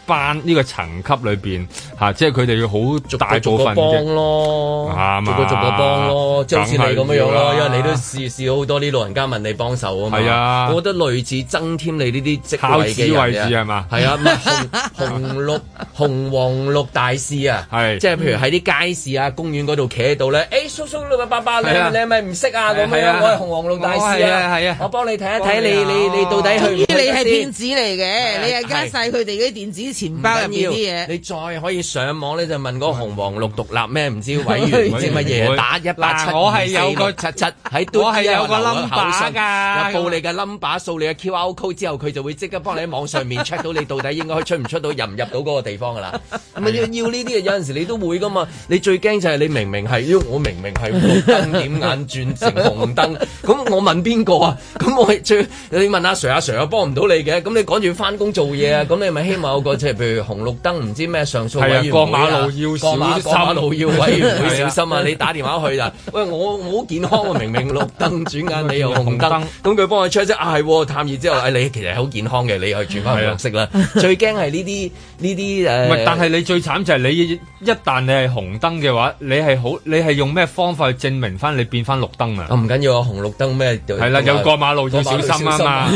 C: 班呢個層級裏邊嚇，即係佢哋好
B: 逐
C: 大
B: 個
C: 部
B: 逐
C: 分
B: 個
C: 嘅
B: 幫。咯，
C: 啱啊
B: 逐個逐個幫咯，即係好似你咁樣樣
C: 梗係
B: 啦，
C: 要啦
B: 因為你都試試好多啲老人家問你幫手啊嘛。
C: 係啊
B: 我覺得類似增添你呢啲職
C: 靠
B: 位
C: 指
B: 嘅
C: 位置
B: 人
C: 係嘛？
B: 係啊，咩紅紅 綠紅黃綠大使啊，
C: 係
B: 即係譬如喺啲街市啊、公園嗰度企喺度咧，誒叔叔老伯伯，你
C: 係啊
B: 你係咪唔識啊？咁
C: 係
B: 樣
C: 啊
B: 我係紅黃綠大使
C: 我係啊
B: 啊，
C: 係啊
B: 我幫你睇一睇你你你你到底去
D: 終
B: 唔
D: 於
B: 去
D: 哦你
B: 得
D: 係
B: 先
D: 騙子嚟嘅，你係加晒佢哋嗰啲電子錢
B: 唔
D: 包入
B: 緊
D: 邊
B: 要
D: 啲嘢。
B: 你再可以上網咧就問嗰個紅黃綠獨立咩唔知委員唔知乜嘢，打一八七
C: 嗱我係有個
B: 七七 喺嘟
C: 我係有個
B: 一流嘅口信
C: number 㗎
B: 又報你嘅 number 掃你嘅 QR code 之後，佢就會即刻幫你喺網上面 check 到你到底應該出唔出到入唔入到嗰個地方㗎啦。 啊咪要要呢啲嘢，有陣時你都會㗎嘛。你最驚就係你明明係，因為我明明係綠燈點眼轉成紅 燈，咁我問邊個啊？咁我最你問阿 Sir 阿 Sir 又幫唔到你嘅，咁你趕住翻工做嘢啊，咁你咪希望有個即係譬如紅綠燈唔知咩上訴委員會啊
C: 係啊過馬路要
B: 過
C: 小心
B: 馬過馬路要委員 會小心啊！
C: 係啊
B: 你打電話 去啊，喂我我好健康啊，明明綠燈轉眼你又紅燈
C: 紅燈。
B: 咁佢幫我 check 啫，啊係喎，探熱之後，啊你其實係好健康嘅，你去轉翻去綠色啦。最驚係呢啲呢啲呃誒，
C: 啊唔係，但係你最慘就係你一旦你係紅燈嘅話，你係好，你係用咩方法去證明翻你變翻綠燈
B: 啊
C: 啊？
B: 唔緊要啊，紅綠燈咩？啊
C: 係
B: 係
C: 啦，有過馬路要小心啊 嘛！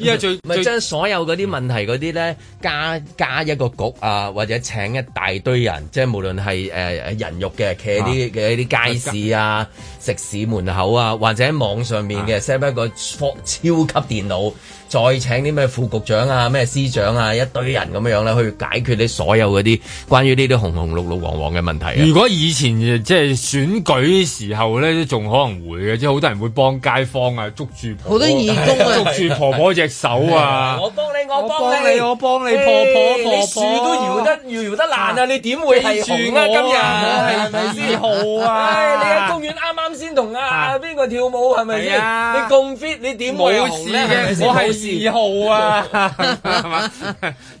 C: 依家最
B: 咪
C: 最
B: 將所有嗰啲問題嗰啲咧，加加一個局啊，或者請一大堆人，即係無論係誒誒人肉嘅，企喺
D: 啊
B: 啲嘅啲街市啊、食肆門口啊，或者喺網上面
D: 啊
B: 嘅 set 一個超級電腦，再請啲咩副局長啊、咩司長啊，一堆人咁樣咧，去解決你所有嗰啲關於呢啲紅紅綠綠黃黃嘅問題啊
D: 嗯
C: 如！果以前呃即係選舉時候咧，都仲可能會嘅，即係好多人會幫街坊啊，捉住
D: 好多義工啊
C: 捉住婆婆隻手 啊，
B: 我幫你，
C: 我幫
B: 幫
C: 你，我幫你，婆
B: 欸
C: 婆婆
B: 你樹都搖
C: 婆。
B: 得搖得爛啊！你點會係紅
C: 記住我
B: 啊？
C: 啊
B: 今日係咪先？
C: 二號啊
B: 唉你喺公園啱啱先同啊
C: 啊
B: 邊個跳舞係咪先？
C: 係啊
B: 你咁 fit，你點會
C: 冇
B: 紅
C: 事
B: 咧？係咪
C: 嘅，
B: 先
C: 我
B: 冇事
C: 係二號啊， 係嘛？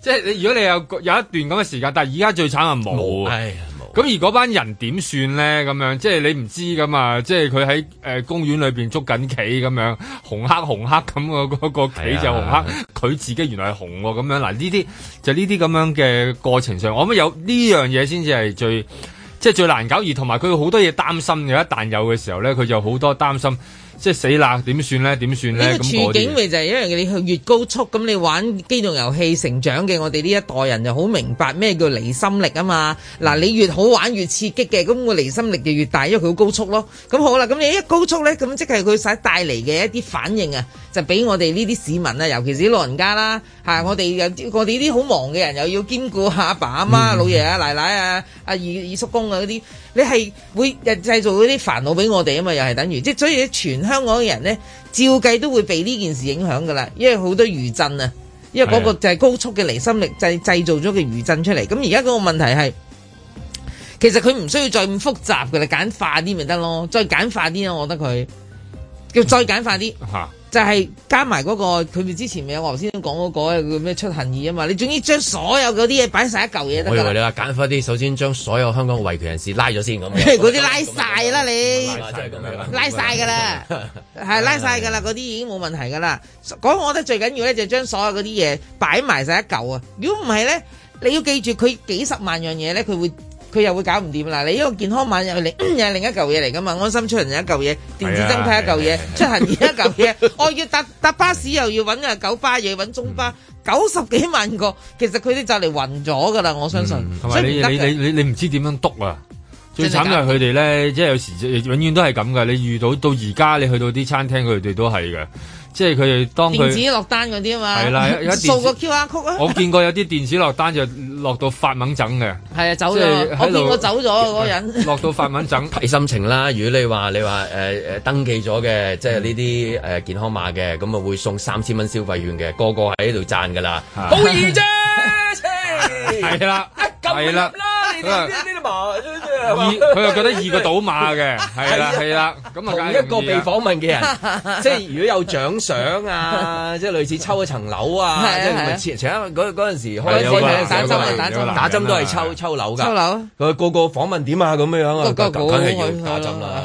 C: 即係你如果你有個有一段咁嘅時間，但係而家最慘係冇啊。
D: 哎
B: 唉呀冇。
C: 咁而嗰班人點算咧？咁樣即係你唔知噶嘛？即係佢喺誒公園裏邊捉緊棋咁樣，紅黑紅黑咁個嗰個棋就紅黑，佢自己原來係紅喎咁樣。嗱呢啲就呢啲咁樣嘅過程上，我諗有呢樣嘢先至係最即係最難搞，而同埋佢好多嘢擔心嘅。一旦有嘅時候咧，佢就好多擔心，即係死啦點算咧？點算咧？
D: 呢個
C: 咁嗰
D: 處境
C: 啲。
D: 咪就係因為你去越高速，咁你玩機動遊戲成長嘅，我哋呢一代人就好明白咩叫離心力啊嘛。
C: 嗯
D: 嗱，你越好玩越刺激嘅，咁個離心力就越大，因為佢好高速咯。咁好啦，咁你一高速咧，咁即係佢所帶嚟嘅一啲反應啊，就俾我哋呢啲市民啊，尤其是啲老人家啦，
C: 嗯
D: 嚇我哋有啲我哋呢啲好忙嘅人，又要兼顧下阿爸阿
C: 嗯
D: 媽、老爺啊、奶奶啊、阿二二叔公啊嗰啲，你係會日製造嗰啲煩惱俾我哋啊嘛，又係等於即係所以全香港嘅人咧。照計都會被呢件事影響㗎啦，因為好多餘震啊，因為嗰個就係高速嘅離心力製製造咗個餘震出嚟。咁而家嗰個問題係，其實佢唔需要再咁複雜㗎啦，簡化啲咪得咯，再簡化啲啊，我覺得佢叫再簡化啲。
C: 嚇
D: 就係加埋嗰、個佢哋之前咪有我頭先講嗰個叫咩出行易啊嘛，你總之將所有嗰啲嘢擺晒一嚿嘢得
B: 我以
D: 㗎啦
B: 為你話揀翻啲，首先將所有香港維權人士拉咗先咁樣。
D: 嗰啲拉晒啦你
B: 啊真係咁樣
D: 拉晒㗎 啦，係拉晒㗎啦，嗰啲已經冇問題㗎啦。講我覺得最緊要咧，就將所有嗰啲嘢擺埋晒一嚿啊！如果唔係咧，你要記住佢幾十萬樣嘢咧，佢會佢又會搞唔掂啦。你呢個健康碼又係 另又係另一嚿嘢嚟㗎嘛，安心出行又一嚿嘢，電子針卡一嚿
C: 啊
D: 嘢，出行又一嚿 嘢，我要搭搭巴士又要揾啊九巴，又要揾中巴。
C: 嗯
D: 九十幾萬個，其實佢哋就嚟暈咗㗎啦，我相信。
C: 嗯同
D: 所
C: 埋
D: 以
C: 你
D: 唔得
C: 你
D: 嘅
C: 你你你唔知點樣篤啊！最
D: 真係
C: 慘就係佢哋咧，即係有時永遠都係咁噶。你遇到到而家你去到啲餐廳，佢哋都係嘅，即係佢哋當
D: 電子
C: 佢。
D: 落單嗰啲啊嘛，
C: 係啦有有電子
D: 掃個 QR code 啊，
C: 我見過有啲電子落單就落到發猛整嘅，
D: 係啊走
C: 即
D: 咗
C: 係，喺
D: 我
C: 度
D: 見我走咗嗰個 人，
C: 落到發猛 整。
B: 睇心情啦。如果你話你話誒誒登記咗嘅，即係呢啲誒健康碼嘅，咁啊會送三千蚊消費券嘅，個個喺度讚㗎啦，
C: 啊
B: 好易 啫，切哎
C: 係啦，
B: 撳
C: 係
B: 啦
C: 啦，，
B: 呢啲呢啲麻
C: 二佢又覺得二個賭馬嘅，係啦係啦，咁啊
B: 同一
C: 梗係
B: 個
C: 容易
B: 被
C: 啊
B: 訪問嘅人， 即係如果有獎賞啊，即係類似抽一層樓啊，
D: 係啊
B: 即係
D: 係啊
B: 咪前前一嗰嗰陣時
C: 係
B: 開
C: 有
B: 始
C: 個
B: 睇
D: 打針啊
B: 有個
D: 打針啊
B: 打針都係抽抽樓㗎，
D: 抽樓
B: 佢個個訪問點啊咁樣樣啊，
D: 個個
B: 梗梗係要打針啦，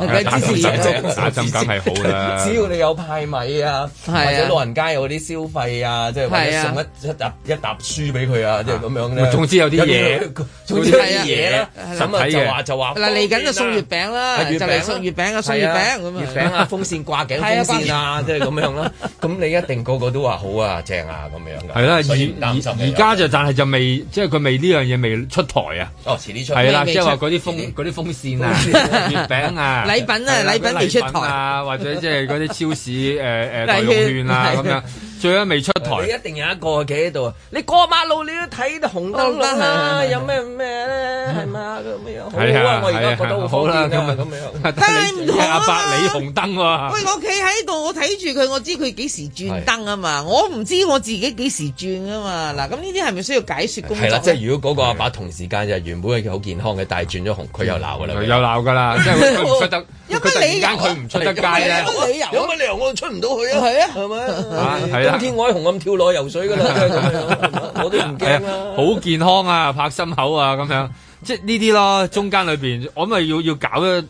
D: 係 啊支持嘅
C: 打針梗係好啦
B: 只要你有派米啊，
D: 係
B: 或
D: 啊
B: 者老人家有啲消費啊，即係或
D: 係
B: 者
D: 啊
B: 送一一沓一沓書俾佢啊，即係咁樣咧。
C: 總之有啲嘢，
B: 總之有啲 嘢
D: 係
B: 啦
D: 啊。
B: 咁啊
C: 實體嘅
B: 就話就話
D: 嗱嚟緊就送月餅啦，
B: 係月餅
D: 就
B: 啦
D: 嚟送月餅啊，送月餅咁
B: 月
D: 啊，
B: 餅啊，風扇掛頸風扇啊，即係咁樣啦。咁你一定個個都話好啊，正啊咁樣㗎。
C: 係啦，
B: 所以唔
C: 而
B: 擔心
C: 而
B: 嘅
C: 而家就但係就未，即係佢未呢樣嘢未出台啊，
B: 哦，遲啲出
C: 係啦，
D: 未
C: 即係話
D: 出
C: 嗰啲風嗰啲風 扇啊、月餅啊、
D: 禮品啊
C: 係啦
D: 禮品未出台
C: 禮品啊，或者即係嗰啲超市誒誒代用券啊
D: 係
C: 咁樣，最緊未出台，
B: 呃 你一定有一個企喺度啊！你過馬路你都睇到紅燈
D: 紅燈係
B: 啦，
D: 係係
B: 有咩咩咧？係咪啊？咁樣
C: 係
B: 好啊！我而家覺得好
C: 好
B: 方便啊！
C: 啦，咁啊
B: 咁樣。
D: 但係唔同啊
C: 阿
D: 嘛
C: 伯你紅燈喎。
D: 喂，我企喺度，我睇住佢，我知佢幾時轉燈啊嘛，我唔知我自己幾時轉啊嘛。嗱，咁呢啲係咪需要解説工作
B: 係啦，即
D: 咧？
B: 係如果嗰個阿伯同時間就原本係好健康嘅，但係轉咗紅，佢又鬧㗎啦。
C: 有鬧㗎啦，即係佢唔出得，
D: 有乜
C: 佢突然間
D: 理由啊
C: 佢唔出得街咧
D: 有。乜理由啊
B: 有乜理由我出唔到去啊？
D: 係啊
B: 係
C: 啊
B: 咪？
C: 係啦
B: 今天我喺紅磡跳落去游水㗎 啦，真係咁樣我都唔
C: 係
B: 驚
C: 啊，
B: 啦。
C: 好健康啊，拍心口啊，咁樣， 即係呢啲咯。中間裏邊，我咪要要搞一，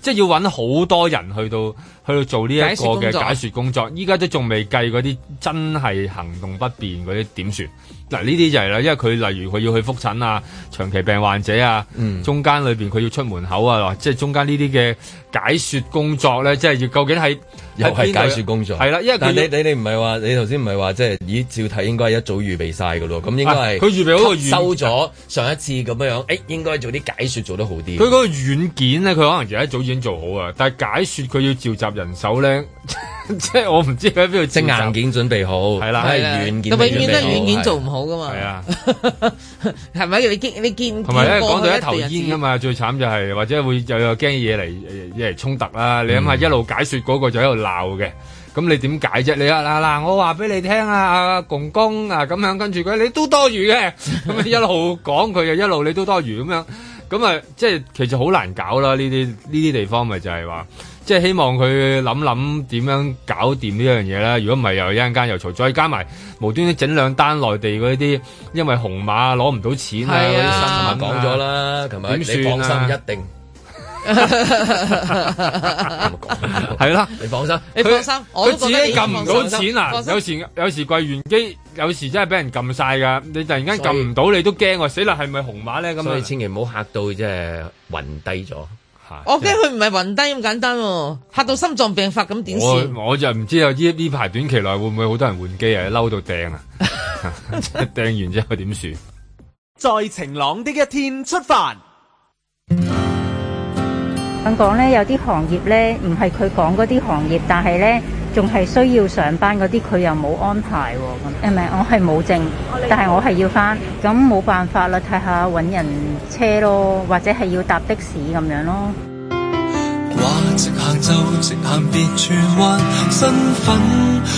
C: 即係要揾好多人去到去到做呢一個嘅解説工作。依家都仲未計嗰啲真係行動不便嗰啲點算。嗱呢啲就係啦，因為佢例如佢要去覆診啊、長期病患者啊，
B: 嗯
C: 中間裏邊佢要出門口啊，即係中間呢啲嘅解説工作咧，即係要究竟係
B: 又係
C: 喺邊度
B: 解説工作
C: 係啦，因為佢
B: 但你
C: 要
B: 你你唔係話你頭先唔係話即係咦照睇應該一早預備晒㗎咯，咁應該係
C: 啊佢預備好個
B: 吸
C: 軟
B: 收咗上一次咁樣樣，誒應該做啲解説做得好啲。
C: 佢嗰個軟件咧，佢可能而家一早已經做好啊，但係解説佢要召集人手咧， 即係我唔知佢喺邊度
B: 即係
C: 召
B: 硬
C: 集。
B: 件準備好，
C: 係啦
B: 係
C: 係
B: 軟件
D: 永
B: 準備好
D: 遠都係軟件做。唔好噶嘛。
C: 係啊，
D: 係咪？你見你見
C: 同埋
B: 嗯
C: 咧講到一頭
D: 頭
C: 煙啊嘛，最慘就係或者會又有驚嘢嚟嘢嚟衝突啦。
B: 嗯
C: 你諗下一路解説嗰個就喺度鬧嘅，咁你點解啫？你啊嗱嗱，我話俾你聽啊，阿公公啊咁樣，跟住佢你都多餘嘅，咁啊你一路講佢又一路你都多餘咁樣，咁啊即係其實好難搞啦。呢啲呢啲地方咪就係話。即係希望佢諗諗點樣搞掂呢樣嘢啦。如果唔係，又一陣間又嘈，再加埋無端端整兩單內地嗰啲，因為紅馬攞唔到錢啊，
D: 係啊
C: 嗰啲新聞
B: 講
C: 啊
B: 咗。啦，琴日
C: 點算
B: 你放
C: 啊
B: 心一定。咁講
C: 係 啦，
B: 你放心，
D: 你放心，我
C: 佢
D: 都
C: 自
D: 覺
C: 己
D: 得你
C: 撳唔到錢啊
D: 放！心
C: 有時有時櫃員機，有時真係俾人撳晒㗎。你突然間撳唔到，你都驚喎！死啦，係咪紅馬咧？咁
B: 所以
C: 啊，
B: 千祈唔好嚇到即係暈低咗。
D: 我驚佢唔係暈低咁簡單喎，嚇到心臟病發咁點算？
C: 我我就唔知啊！呢呢排短期內會唔會好多人換機啊？嬲到掟啊！ 即係掟完之後點算？
E: 在晴朗的一天出發。
I: 香港咧有啲行業咧唔係佢講嗰啲行業，但係咧仲係需要上班嗰啲，佢又冇安排喎。咁誒咪我係冇證，但係我係要翻，咁冇辦法啦，睇下揾人車咯，或者係要搭的士咁樣咯。
J: 話直行就直行，別轉彎，身份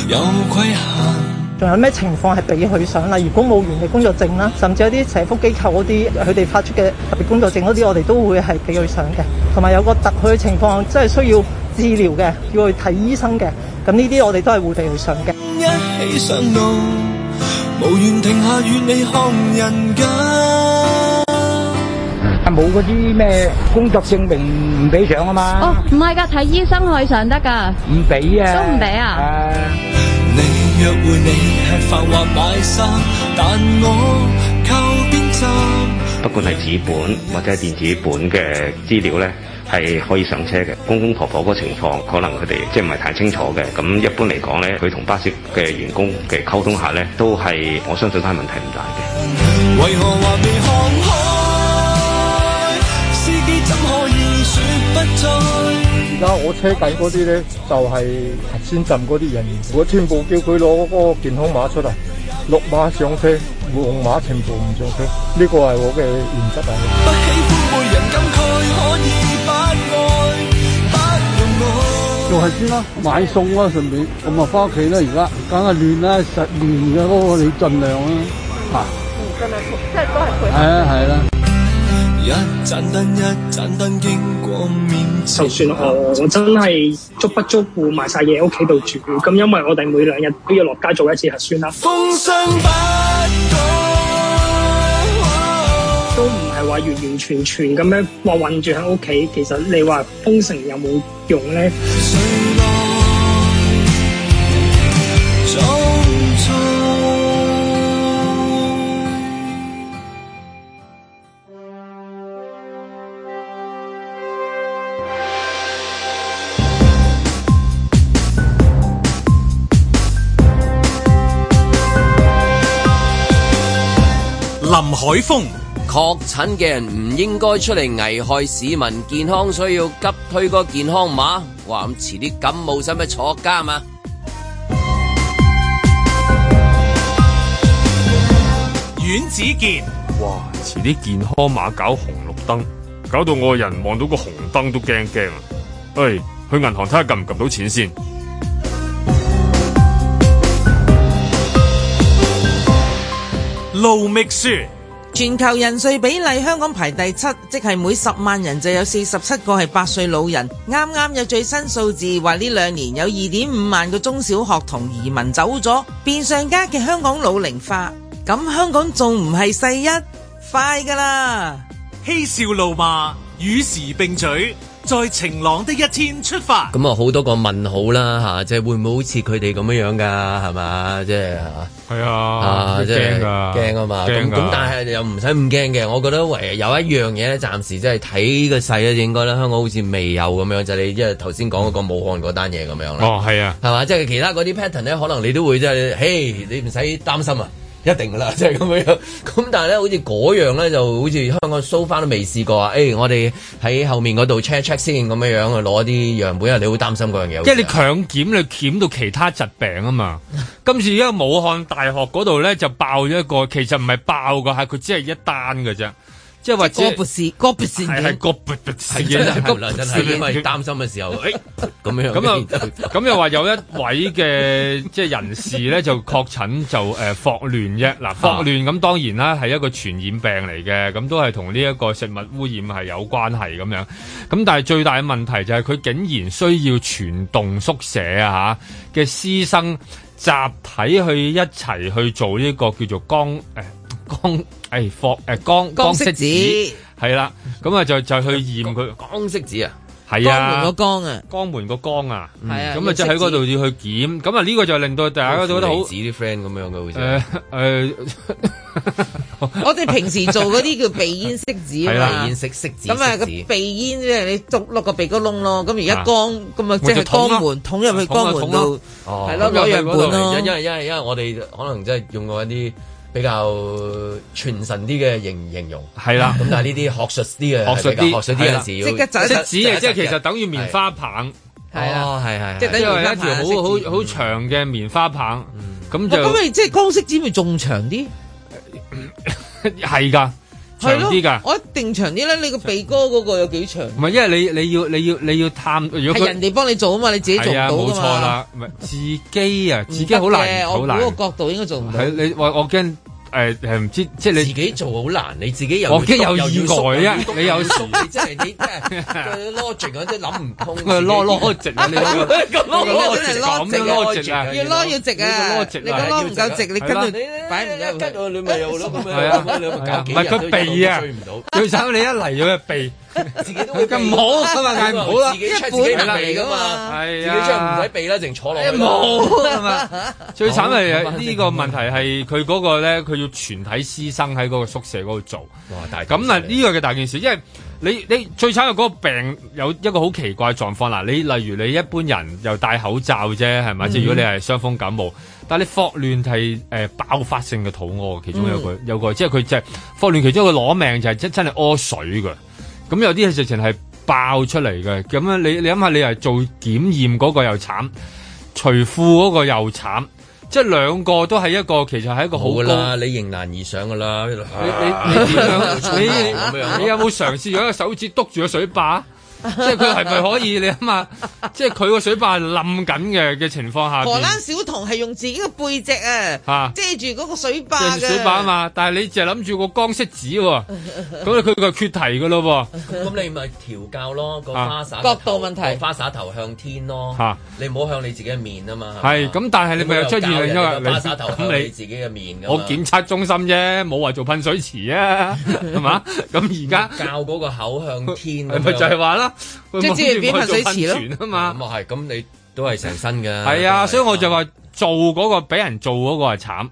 J: 有規限。
K: 仲有咩情況係俾佢上？例如公務員嘅工作證啦，甚至有啲社福機構嗰啲，佢哋發出嘅特別工作證嗰啲，我哋都會係俾佢上嘅。同埋有個特許嘅情況，即係需要治療嘅，要去睇醫生嘅。咁呢啲我哋都係會俾佢上嘅。
J: 一起上路，無緣停下與你看人間。
I: 哦，唔係㗎，睇醫生可以上得㗎。唔俾啊！都唔俾啊！
J: 你約會你吃飯或買衫，但我靠邊站？
L: 不管係紙本或者係電子本嘅資料咧，係可以上車嘅。公公婆婆嗰個情況，可能佢哋即係唔係太清楚嘅。咁一般嚟講咧，佢同巴士嘅員工嘅溝通下咧，都係我相信都係問題唔大嘅。
J: 為何還未看開？司機怎可以說不再？
K: 而家我車緊嗰啲咧，就係核酸站嗰啲人，我全部叫佢攞嗰個健康碼出嚟，綠碼上車，黃碼全部唔上車。呢個係我嘅原則嚟。
J: 不喜歡每人感慨，可以不愛，不用我。
K: 做核酸啦，買餸啦，順便咁啊，翻屋企啦，而家梗係亂啦，實亂嘅嗰個你盡量啦，嚇、盡量即係都係係啊，係啦、
J: 一盞燈，一盞燈經過面前。
K: 就算我我真係足不足顧埋晒嘢喺屋企度住，咁因為我哋每兩日都要落街做一次核酸啦，
J: 風霜不改。
K: 都唔係話完完全全咁樣話困住喺屋企。其實你話封城有冇用咧？
J: 誰來做錯？
A: 林海峰、
B: 確診嘅人唔應該出嚟危害市民健康，所以要急推個健康碼。哇！咁遲啲感冒使唔使坐監啊？
A: 阮子健。
C: 哇！遲啲健康碼搞紅綠燈，搞到我個人望到個紅燈都驚驚啊！喂，去銀行睇下撳唔撳到錢先。
J: 啊
A: 路觅雪，
D: 全球人歲比例香港排第七，即係每十萬人就有四十七個係八歲老人。啱啱有最新數字話呢兩年有二點五萬個中小學童移民走咗，變相加劇香港老齡化。咁香港仲唔係世一？快噶啦！
A: 嬉笑怒罵，與時並舉，在晴朗的一天出發。
B: 咁啊好多個問號啦嚇，即係會唔會好似佢哋咁樣樣㗎？係嘛，即係嚇。
C: 係啊
B: 啊，即係
C: 驚㗎
B: 驚啊嘛。
C: 驚
B: 咁
C: 㗎
B: 咁，但係又唔使咁驚嘅。我覺得唯有一樣嘢咧，暫時即係睇個勢咧，應該咧香港好似未有咁樣，就係你即係頭先講嗰個武漢嗰單嘢咁樣啦。
C: 哦，係啊。
B: 係嘛？即係其他嗰啲 pattern 咧，可能你都會即係，嘿，你唔使擔心啊，一定㗎啦，即係咁樣。咁但係咧，好似嗰樣咧，就好似香港 so far 都未試過啊。誒、我哋喺後面嗰度 check check 先咁樣樣去攞啲樣本啊，你好擔心嗰樣嘢。
C: 因為你強檢，你檢到其他疾病啊嘛。今次而家武漢大學嗰度咧就爆咗一個，其實唔係爆個，係佢只係一單嘅啫。即係或者
B: 個別
D: 事，個別事
C: 係係個別事
B: 係真係
C: 個
B: 係啦
C: 別
B: 啊真
C: 事
B: 係，因為擔心嘅時候，誒 咁樣
C: 咁啊， 咁又話有一位嘅即係人士咧就確診就誒霍亂啫。嗱，霍亂咁當然啦係一個傳染病嚟嘅，咁都係同呢一個食物污染係有關係咁樣。咁但係最大嘅問題就係佢竟然需要全棟宿舍啊嚇嘅師生集體去一齊去做呢個叫做光誒。 光誒哎霍呃誒光
B: 光
C: 色
B: 色子
C: 係啦，咁啊就就去驗佢
B: 光色子啊，
C: 係啊，
D: 江啊，
C: 江門個江啊，
D: 嗯
B: 係啊
C: 咁啊就喺嗰度要去檢，咁啊呢個就令到大家都覺得好呃
B: 父離子啲 friend 咁樣嘅好
C: 誒
B: 似。
C: 誒，呃
D: 我哋平時做嗰啲叫鼻煙拭子
B: 係
D: 啊
B: 啦
D: 嘛，
B: 鼻煙拭拭子
D: 咁啊
B: 拭
D: 個
B: 子
D: 鼻煙即係你捉落個鼻哥窿咯，咁而家
B: 啊
D: 江咁啊即係江門捅入去江門度，
B: 哦
D: 係咯攞樣本咯，
B: 因為因為因為我哋可能真係用過一啲比較傳神啲嘅形形容，
C: 係啦
B: 咁但係呢啲學術啲嘅，
C: 學術啲
B: 學術啲
C: 係
B: 有陣時
C: 啦即刻走一即止啊即係其實等於棉
B: 棉
C: 花棒，
B: 係啊哦係係
D: 即係等於
C: 因為
D: 棉花
C: 一
D: 棒
C: 條
D: 啊
C: 好
D: 色子
C: 好好長嘅棉花棒，咁
D: 哇哦咁
C: 就
D: 咪即係光色子咪仲長啲，
C: 係㗎，長
D: 係
C: 啲㗎
D: 咯，。我一定長啲啦，你個鼻哥嗰個有幾長？
C: 唔係，因為你你要你要你要探，如
D: 係
C: 果佢
D: 人哋幫你做啊嘛，你自己做唔
C: 係啊
D: 到
C: 冇
D: 㗎
C: 錯
D: 嘛
C: 啦，，唔係自己啊，自己好難
D: 唔
C: 好
D: 得嘅
C: 難。
D: 我估個角度應該做唔到。
C: 係你我我驚誒誒唔知即係你自
B: 己做好難，你自己又
C: 我驚
B: 要
C: 有
B: 篤又
C: 意
B: 要縮
C: 外啊
B: 又要篤，
C: 你有時。
B: 你真係你真係佢 logic 嗰啲諗唔通，
C: 佢攞攞直啊！你
B: 咁
D: 咁真係攞直啊
C: 攞直啊！
D: 要攞要直啊！
C: 你
D: 你個攞唔夠直，你跟
C: 係
D: 住
C: 啦
D: 擺唔入去。
B: 你咪有咯，咁
C: 係
B: 樣
C: 啊
B: 咁樣你咪搞幾
C: 唔
B: 日
C: 係佢避啊
B: 都追唔到，，
C: 最慘你一嚟咗佢避，
B: 自己都會避
C: 佢唔好咁啊，梗係唔好啦，
B: 自己 check 自己唔避噶嘛，
C: 係
B: 自己 check 唔使
C: 啊，
B: 避啦，淨坐落去
C: 冇啊嘛，最慘係呢個問題係佢嗰個咧，佢要全體師生喺嗰個宿舍嗰度做。
B: 哇！大
C: 咁啊，呢個嘅大件事，因為你你最慘係嗰個病有一個好奇怪嘅狀況嗱，你例如你一般人又戴口罩啫，係咪？
B: 嗯
C: 即係如果你係傷風感冒，但係你霍亂係誒爆發性嘅肚屙，其中有個、有個，即係佢就係霍亂其中一個攞命就係真真係屙水㗎。咁有啲係直情係爆出嚟嘅，咁樣你你諗下，你係做檢驗嗰個又慘，除褲嗰個又慘，即係兩個都係一個其實係一個好
B: 好
C: 高
B: 啦，你迎難而上噶啦，啊你
C: 啊你你點樣？
B: 咁樣
C: 你你有冇嘗試用一個手指篤住個水壩？即係佢係咪可以？你諗下，即係佢個水壩係冧緊嘅嘅情況下
D: 啊荷
C: 邊，
D: 蘭小童係用自己嘅背脊
C: 啊
D: 啊，遮住嗰個水壩
C: 即係
D: 嘅
C: 水壩啊。嘛。但係你就係諗住個光色紙喎，咁佢個缺題㗎咯喎。
B: 咁你咪調教咯，個
C: 啊
B: 花灑
D: 角度問
B: 題，個花灑頭向天咯
C: 嚇，
B: 你唔好向你自己嘅面啊嘛。
C: 啊係咁，但係你咪又出現另一個
B: 花灑頭向你
C: 咁
B: 自己嘅面
C: 你，
B: 㗎嘛
C: 啊我檢測中心啫，冇話做噴水池啊， 係嘛？咁而家
B: 教嗰個口向天，
C: 咪就係話啦，佢
B: 即係
C: 望
B: 只係
C: 住
B: 變
C: 我
B: 噴
C: 做
B: 水池咯
C: 泉啊嘛。
B: 咁啊係，咁你都係成身㗎。
C: 係啊，所以我 就話做嗰個俾人做嗰個係慘，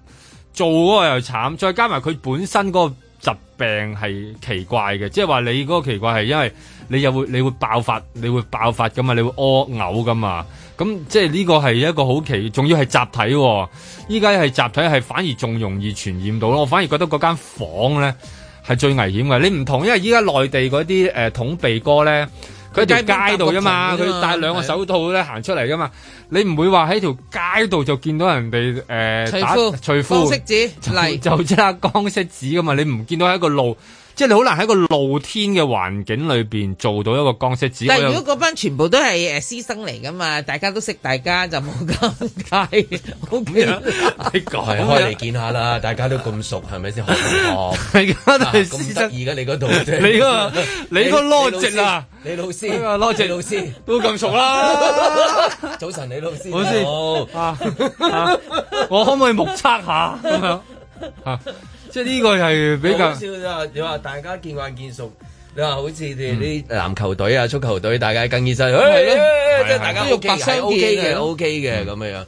C: 做嗰個又慘，再加埋佢本身嗰個疾病係奇怪嘅，即係話你嗰個奇怪係因為你又會你會爆發，你會爆發噶嘛，你會屙嘔噶嘛，咁即係呢個係一個好奇，仲要係集體喎、依家係集體係反而仲容易傳染到咯，我反而覺得嗰間呃房咧係最危險嘅，你唔同，因為依家內地嗰啲誒捅鼻哥咧。佢喺條街度啫嘛，佢戴兩個手套咧行出嚟噶嘛，你唔會話喺條街度就見到人哋誒、呃、
D: 除
C: 打
D: 褲
C: 除
D: 方式
C: 褲
D: 紙嚟
C: 就即刻光色紙噶嘛，你唔見到喺一個路，即係你好難喺個露天嘅環境裏邊做到一個光色紙。
D: 但
C: 我
D: 係
C: 又
D: 如果嗰班全部都係誒師生嚟噶嘛，大家都識大家就冇咁
C: 哎
D: 介。好
B: 樣
C: 你
B: 係開嚟見下啦，大家都咁熟，係咪先？學同學，
C: 而 家
B: 都係啊咁得意嘅你嗰 度，真係
C: 你嗰個你嗰個 logic 啊
B: 你老師，
C: 你個 logic
B: 你 老師
C: 都 咁熟啦。
B: 早晨，你老師，
C: 老師
B: 好
C: 啊啊我可唔可以目測下咁樣啊？即係呢個係比較
B: 好笑啫嘛！你話大家見慣見熟，你話好似你
C: 嗯
B: 啲籃球隊啊、足球隊，大家更衣室，誒
D: 係
B: 誒
C: 啊
D: 係
B: 即係大家
D: 肉
B: O
D: 帛
B: K
D: 相見係
B: 係 O K 嘅
D: 咯
B: ，O K
C: 嗯
B: 嘅咁樣樣。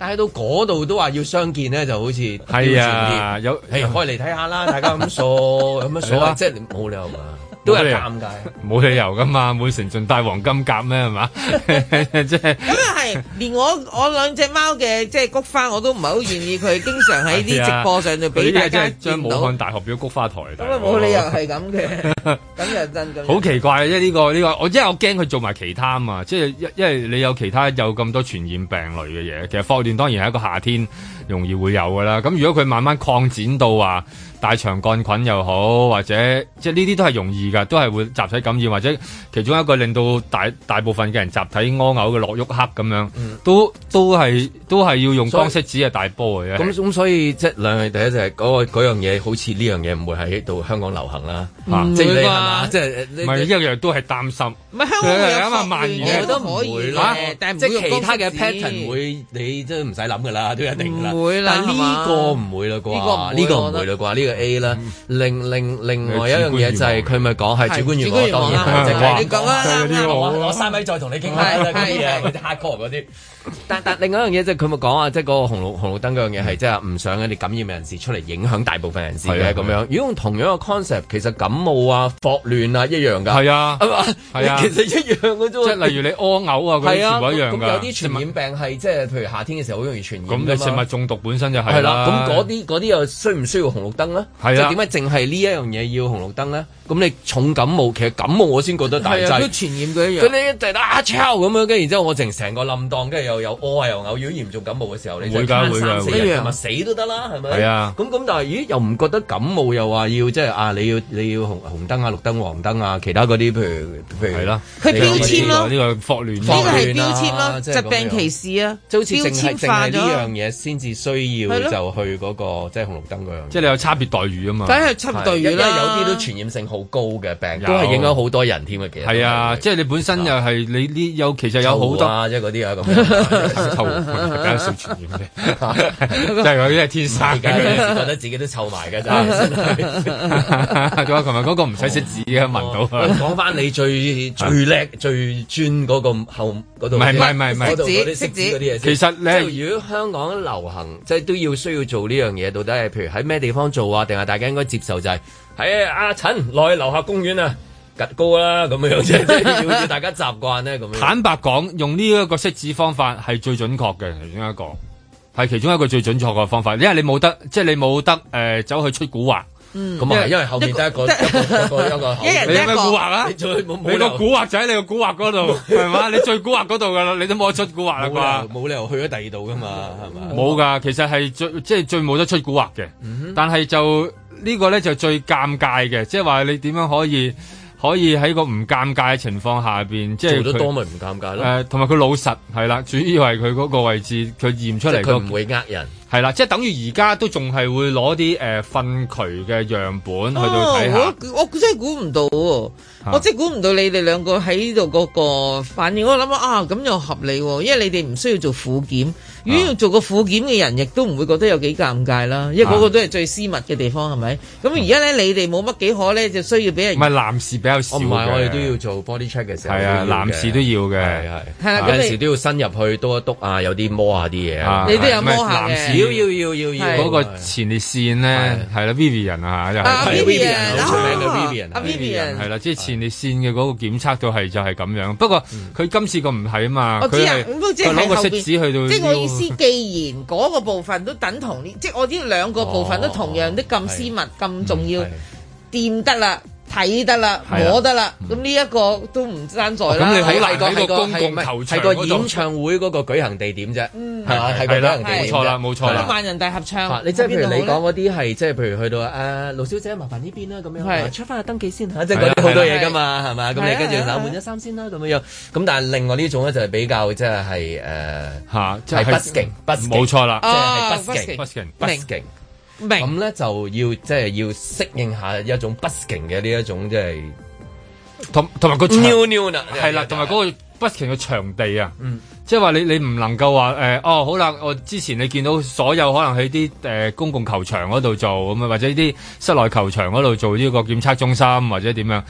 B: 但係到嗰度都話要相見咧，就好似
C: 係啊，有
B: 誒開嚟睇下啦，大家咁熟，有乜所
C: 係
B: 謂？
C: 啦
B: 即係你冇理由嘛，都係尷尬。
C: 冇理由噶嘛，滿城盡帶黃金甲咩 係嘛？即係
D: 咁又係，連我 我兩隻貓嘅即係菊花我都唔係好願意佢，經常喺啲直播上度俾大家
C: 佢呢個真係將
D: 見
C: 武
D: 到，
C: 漢大學表菊花台，
D: 咁
C: 大
D: 啊
C: 佬
D: 冇理由係咁嘅，咁又真咁樣。
C: 好奇怪啊！即係呢個呢個，我因為我驚佢做埋其他啊嘛，即係因因為你有其他有咁多傳染病類嘅嘢，其實霍亂當然係一個夏天容易會有噶啦。咁如果佢慢慢擴展到話大腸桿菌又好，或者即係呢啲都係容易噶，都係會集體感染，或者其中一個令到大大部分嘅人集體屙嘔嘅落鬱克咁樣，都都係都係要用
B: 所以
C: 光色紙嘅大波嘅啫。
B: 咁咁所以即係兩樣，第一就係嗰個嗰樣嘢，好似呢樣嘢唔會喺度香港流行啦，
C: 啊
B: 即係你
C: 唔會
B: 係
C: 啩
B: 嘛？即係
C: 唔係一樣都係擔心。
D: 唔係香港會有
C: 啱啊
D: 霍
C: 蔓
D: 亂
C: 延
D: 嘅都可以
B: 啦
D: 嘅，但
B: 即
D: 係唔會
B: 係
D: 用
B: 其他嘅
D: 光色紙
B: pattern 會，你都唔使諗噶啦，都 一定㗎啦。
D: 唔會啦
B: 但係呢個唔會啦
D: 呢個唔
B: 啩，
D: 會
B: 呢個唔
D: 我覺
B: 會
D: 得
B: 啦啩，呢個 A 啦。另另另外一樣嘢就係佢咪講
D: 係
B: 係主觀願
D: 主觀願望
B: 望，當然係
D: 啊
B: 即係
D: 你講啊
B: 即係嗰啲
D: 啱啱
B: 我
D: 啱
B: 我三米再同你傾下啦，嗰啲嘢嗰啲 hardcore 嗰啲。但但另外一樣嘢就係佢咪講啊，即係嗰個紅綠紅綠燈嗰樣嘢係即係唔想一啲感染嘅人士出嚟影響大部分人士
C: 係啊
B: 嘅咁
C: 係
B: 樣。如果用同樣嘅 concept，其實感冒啊、霍亂啊一樣㗎。
C: 係啊
B: 係嘛？
C: 係啊
B: 其實一樣嘅啫
C: 即
B: 喎。
C: 係例如你屙嘔啊，嗰啲
B: 係啊，
C: 全部
B: 咁
C: 一樣㗎。
B: 有啲傳染病係即係譬如夏天嘅時候好容易傳染㗎
C: 咁
B: 啊嘛
C: 你食物中毒本身就係
B: 係啦，咁嗰啲嗰啲又需唔需要紅綠燈咧？
C: 係啊
B: 即係點解淨係呢一樣嘢要紅綠燈咧？咁你重感冒，其實感冒我先覺得大
D: 係啊，都
B: 劑。
D: 傳染佢一
B: 佢
D: 樣。
B: 呢一陣啊超咁樣，跟住然之後我成成個冧檔，跟住又有屙啊又嘔，如果嚴重感冒嘅時候，你就
C: 會㗎
B: 攤
C: 會㗎
B: 三四
C: 會
B: 日
C: 㗎
B: 係咪死都得啦，係咪？
C: 係啊
B: 咁咁但係咦又唔覺得感冒又話要即係啊你要你要紅紅燈啊綠燈黃燈啊其他嗰啲譬如譬如
C: 係啦
D: 佢標籤咯
C: 呢個霍亂
D: 呢個係
B: 霍亂
D: 標
B: 啊
D: 籤啦，
B: 即
D: 疾
B: 係
D: 病歧視啊，
B: 就好似淨
D: 標
B: 係淨
D: 籤化
B: 係呢
D: 咗
B: 樣
D: 啊，
B: 嘢先至需要
D: 係咯
B: 就去嗰個即係紅綠燈嗰樣嘢。
C: 即係你有差別待遇啊嘛。
D: 梗係出對
B: 因
D: 語
B: 為有
D: 啦。
B: 啲都傳染性好高嘅病，
C: 有
B: 都係影響好多人添嘅。其實
C: 係啊，即係你本身又係你呢有其實有好
B: 臭
C: 多
B: 啊，即係嗰啲啊咁樣。
C: 臭，啊 梗係少傳染嘅，即係嗰啲係天生
B: 而家有陣時覺
C: 嘅。
B: 得自己都臭埋㗎咋，真係。
C: 仲有琴日嗰個唔使識字嘅聞 到啊
B: 喂講翻你最最叻、最專嗰個後嗰度，
C: 唔係唔係唔係唔係
B: 嗰度嗰啲
D: 識字
B: 識字嗰啲嘢先。
C: 其實你係
B: 即係如果香港流行，即係都要需要做呢樣嘢，到底係譬如喺咩地方做啊？定係大家應該接受就係喺阿陳落去樓下公園啊，趌高啦咁樣，即係即係要要大家習慣咧咁樣。
C: 坦白講，用呢一個識字方法係最準確嘅其中一個，係其中一個最準確嘅方法，因為你冇得即係你冇得誒走去出古惑，
B: 咁啊，因為後面得一個一個一個一個口
D: 一人
C: 你有咩古惑啊？
B: 你最冇冇
C: 你
B: 理
C: 個
B: 由
C: 古惑仔，你個古惑 嗰度係嘛？你最古惑嗰度噶啦，你都冇得出古惑啦
B: 冇理由
C: 啩？
B: 冇理由去咗第二度噶嘛，係嘛？
C: 冇噶，其實係最即係最冇得出古惑嘅，
B: 嗯
C: 但係就呢個咧就最尷尬嘅，即係話你點樣可以可以喺個唔尷尬嘅情況下邊，即係
B: 做得
C: 佢
B: 多咪唔尷尬咯，
C: 誒，同埋佢老實係啦，主要係佢嗰個位置佢驗出
B: 即
C: 嚟
B: 係
C: 嗰
B: 佢唔會呃人。
C: 係啦，即係等於而家都仲係會攞啲誒糞渠嘅樣本去到睇下
D: 哦，我我真係估唔到喎，我真係估唔到你哋兩個喺呢度嗰個反應。我諗啊，咁又合理喎，因為你哋唔需要做婦檢。如果要做個婦檢嘅人，亦都唔會覺得有幾尷尬啦，因為嗰個都係最私密嘅地方，係咪？咁而家咧，你哋冇乜幾可咧，就需要俾人
C: 唔係男士比較少
B: 哦我唔
C: 嘅，
B: 係，我哋都要做 body check 嘅時候，
C: 係啊，
B: 都要嘅
C: 男士都要嘅，
B: 係係啊
D: 係啦咁
B: 有陣
D: 你
B: 時都要伸入去督一督啊，有啲摸下啲嘢啊。
D: 你都有摸下嘅
C: 男士
B: 要要要要
D: 係
B: 要
C: 嗰個前列腺咧，係啦，Vivian 啊，又
D: 啊
C: 係
D: Vivian，
B: 好出名嘅
D: 啊
B: Vivian，
D: 啊 Vivian，
C: 係啦，即係前列腺嘅嗰個檢測到係就係咁樣。不過
B: 嗯
C: 佢今次個唔係啊嘛，
D: 我知
C: 佢
D: 啊
C: 係，
D: 咁都即係
C: 佢攞個
D: 後
C: 色
D: 邊
C: 紙去到呢個，
D: 即係我意思，既然嗰個部分都等
C: 哦
D: 同呢，即係我呢兩個部分都同樣都咁私密、咁重要，掂得啦。睇得啦，
B: 係啊哦
D: 摸得啦，咁呢一個都唔爭在啦。
B: 咁你好難
D: 個
B: 喺個公共球場
D: 係個
B: 嗰度演唱會嗰個舉行地點啫，
D: 嗯
B: 係嘛？係個
C: 係
B: 舉
C: 啦
B: 行地點啫
C: 冇錯啦冇錯啦
D: 萬人大合
B: 啊
D: 唱，
B: 你即係譬如你
D: 邊度好
B: 講
D: 呢
B: 嗰啲係即係譬如去到誒盧小姐麻煩呢邊啦咁樣，
D: 係
B: check 翻個登記先嚇，即係嗰啲好多嘢㗎嘛，係嘛？咁
D: 係
B: 你
D: 啊
B: 跟住
D: 係啊係
B: 嗱
D: 啊
B: 換咗衫先啦咁樣樣。咁但係另外呢種咧就係比較即係係誒
C: 嚇即
B: 係
C: 係
B: busking busking
C: 冇錯啦
B: 即係係
D: busking
B: busking
D: busking
B: busking。明咁咧就要即係要適應下一種 busking 嘅呢一種即係
C: 同同埋個場
B: 尿尿
D: 啊
B: 啦，
C: 係啦，同埋嗰個 busking 嘅場地啊，
D: 嗯
C: 即係話你你唔能夠話誒、哦好啦，我之前你見到所有可能喺啲誒公共球場嗰度做咁啊，或者啲室內球場嗰度做呢個檢測中心或者點樣。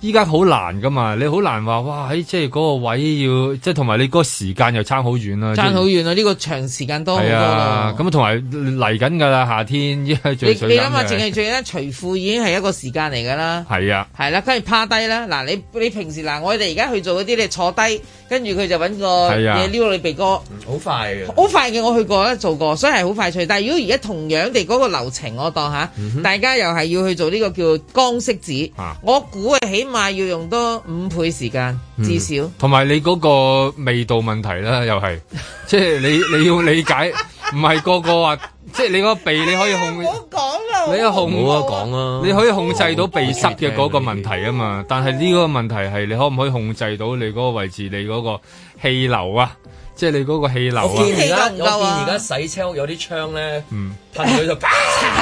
C: 依家好難噶嘛，你好難話哇喺即係嗰個位要，即係同埋你嗰個時間又差好遠啦，
D: 爭好遠啊！呢個長時間多好多
C: 係啊
D: 啦，。
C: 咁同埋嚟緊㗎啦，夏天依家
D: 你
C: 最
D: 你
C: 水
D: 諗
C: 緊
D: 下，淨
C: 嘅
D: 係最咧除褲已經係一個時間嚟㗎啦。
C: 係啊。
D: 係啦，跟住趴低啦。嗱，你你平時嗱，我哋而家去做嗰啲，你坐低，跟住佢就揾個
B: 係啊
D: 嘢撩你鼻哥，
B: 好快嘅。
D: 好快嘅。我去過啦，做過，所以係好快脆。但係如果而家同樣地嗰個流程，我當下，大家又係要去做呢個叫光色紙，我估係起碼要用多五倍時間，至少。
C: 嗯同埋你嗰個味道問題啦，又係，即係你你要理解，唔係個個話，即係你個鼻你
B: 哎
C: 可以
D: 講
C: 控，你可以控，
B: 唔好啊講啊
C: 你可以控制到鼻塞嘅嗰個問題啊嘛。但係呢個問題係你可唔可以控制到你嗰個位置，你嗰個氣流啊，即係你嗰個氣流
B: 我見而
C: 啊。
B: 家
D: 唔
B: 我見
D: 夠啊
B: 而家洗車屋有啲窗咧，
C: 嗯
B: 噴佢就啪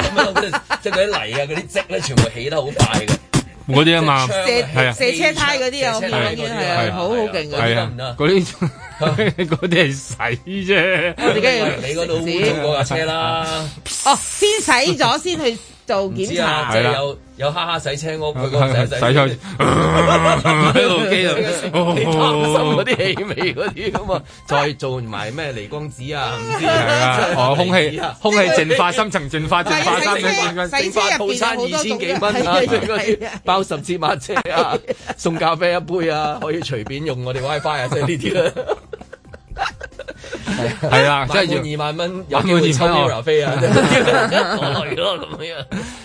B: 咁樣，嗰啲即係嗰啲泥啊，嗰啲積咧，全部起得好快嘅。
C: 嗰啲啊嘛，係
D: 射
C: 啊，
D: 射車胎嗰啲啊，我見嗰
B: 射車胎
D: 啲
B: 嗰啲啊
D: 係
B: 係
D: 啊
B: 啊
D: 好好勁嗰
C: 係
D: 啲
C: 啊
B: 唔得，
C: 嗰啲 嗰啲係洗啫。
D: 哋梗係要
B: 你嗰度污糟過架車啦，
D: 哦，先洗咗先去做
B: 唔
D: 檢
B: 知
D: 查
B: 啊，。即
C: 係
B: 係
C: 啦
B: 有有哈哈洗車屋，佢嗰個洗
C: 洗咗去 喺部 機度
B: 你擔心嗰啲氣味嗰啲咁啊，再做埋咩離光子啊，唔知
C: 係啊，哦，空
B: 哎
C: 氣空氣淨化、
B: 心。
C: 深層淨化、淨化、
B: 化
C: 深層淨化。
B: 整化套餐二千幾蚊 啊，包十支抹車啊，送咖啡一杯啊，可以隨便用我哋 WiFi 啊，即係呢啲啦。
C: 係
B: 啊
C: 啦，啊即係要
B: 二萬蚊，有機會抽 Mira 飛 啊， 落嚟咯咁樣。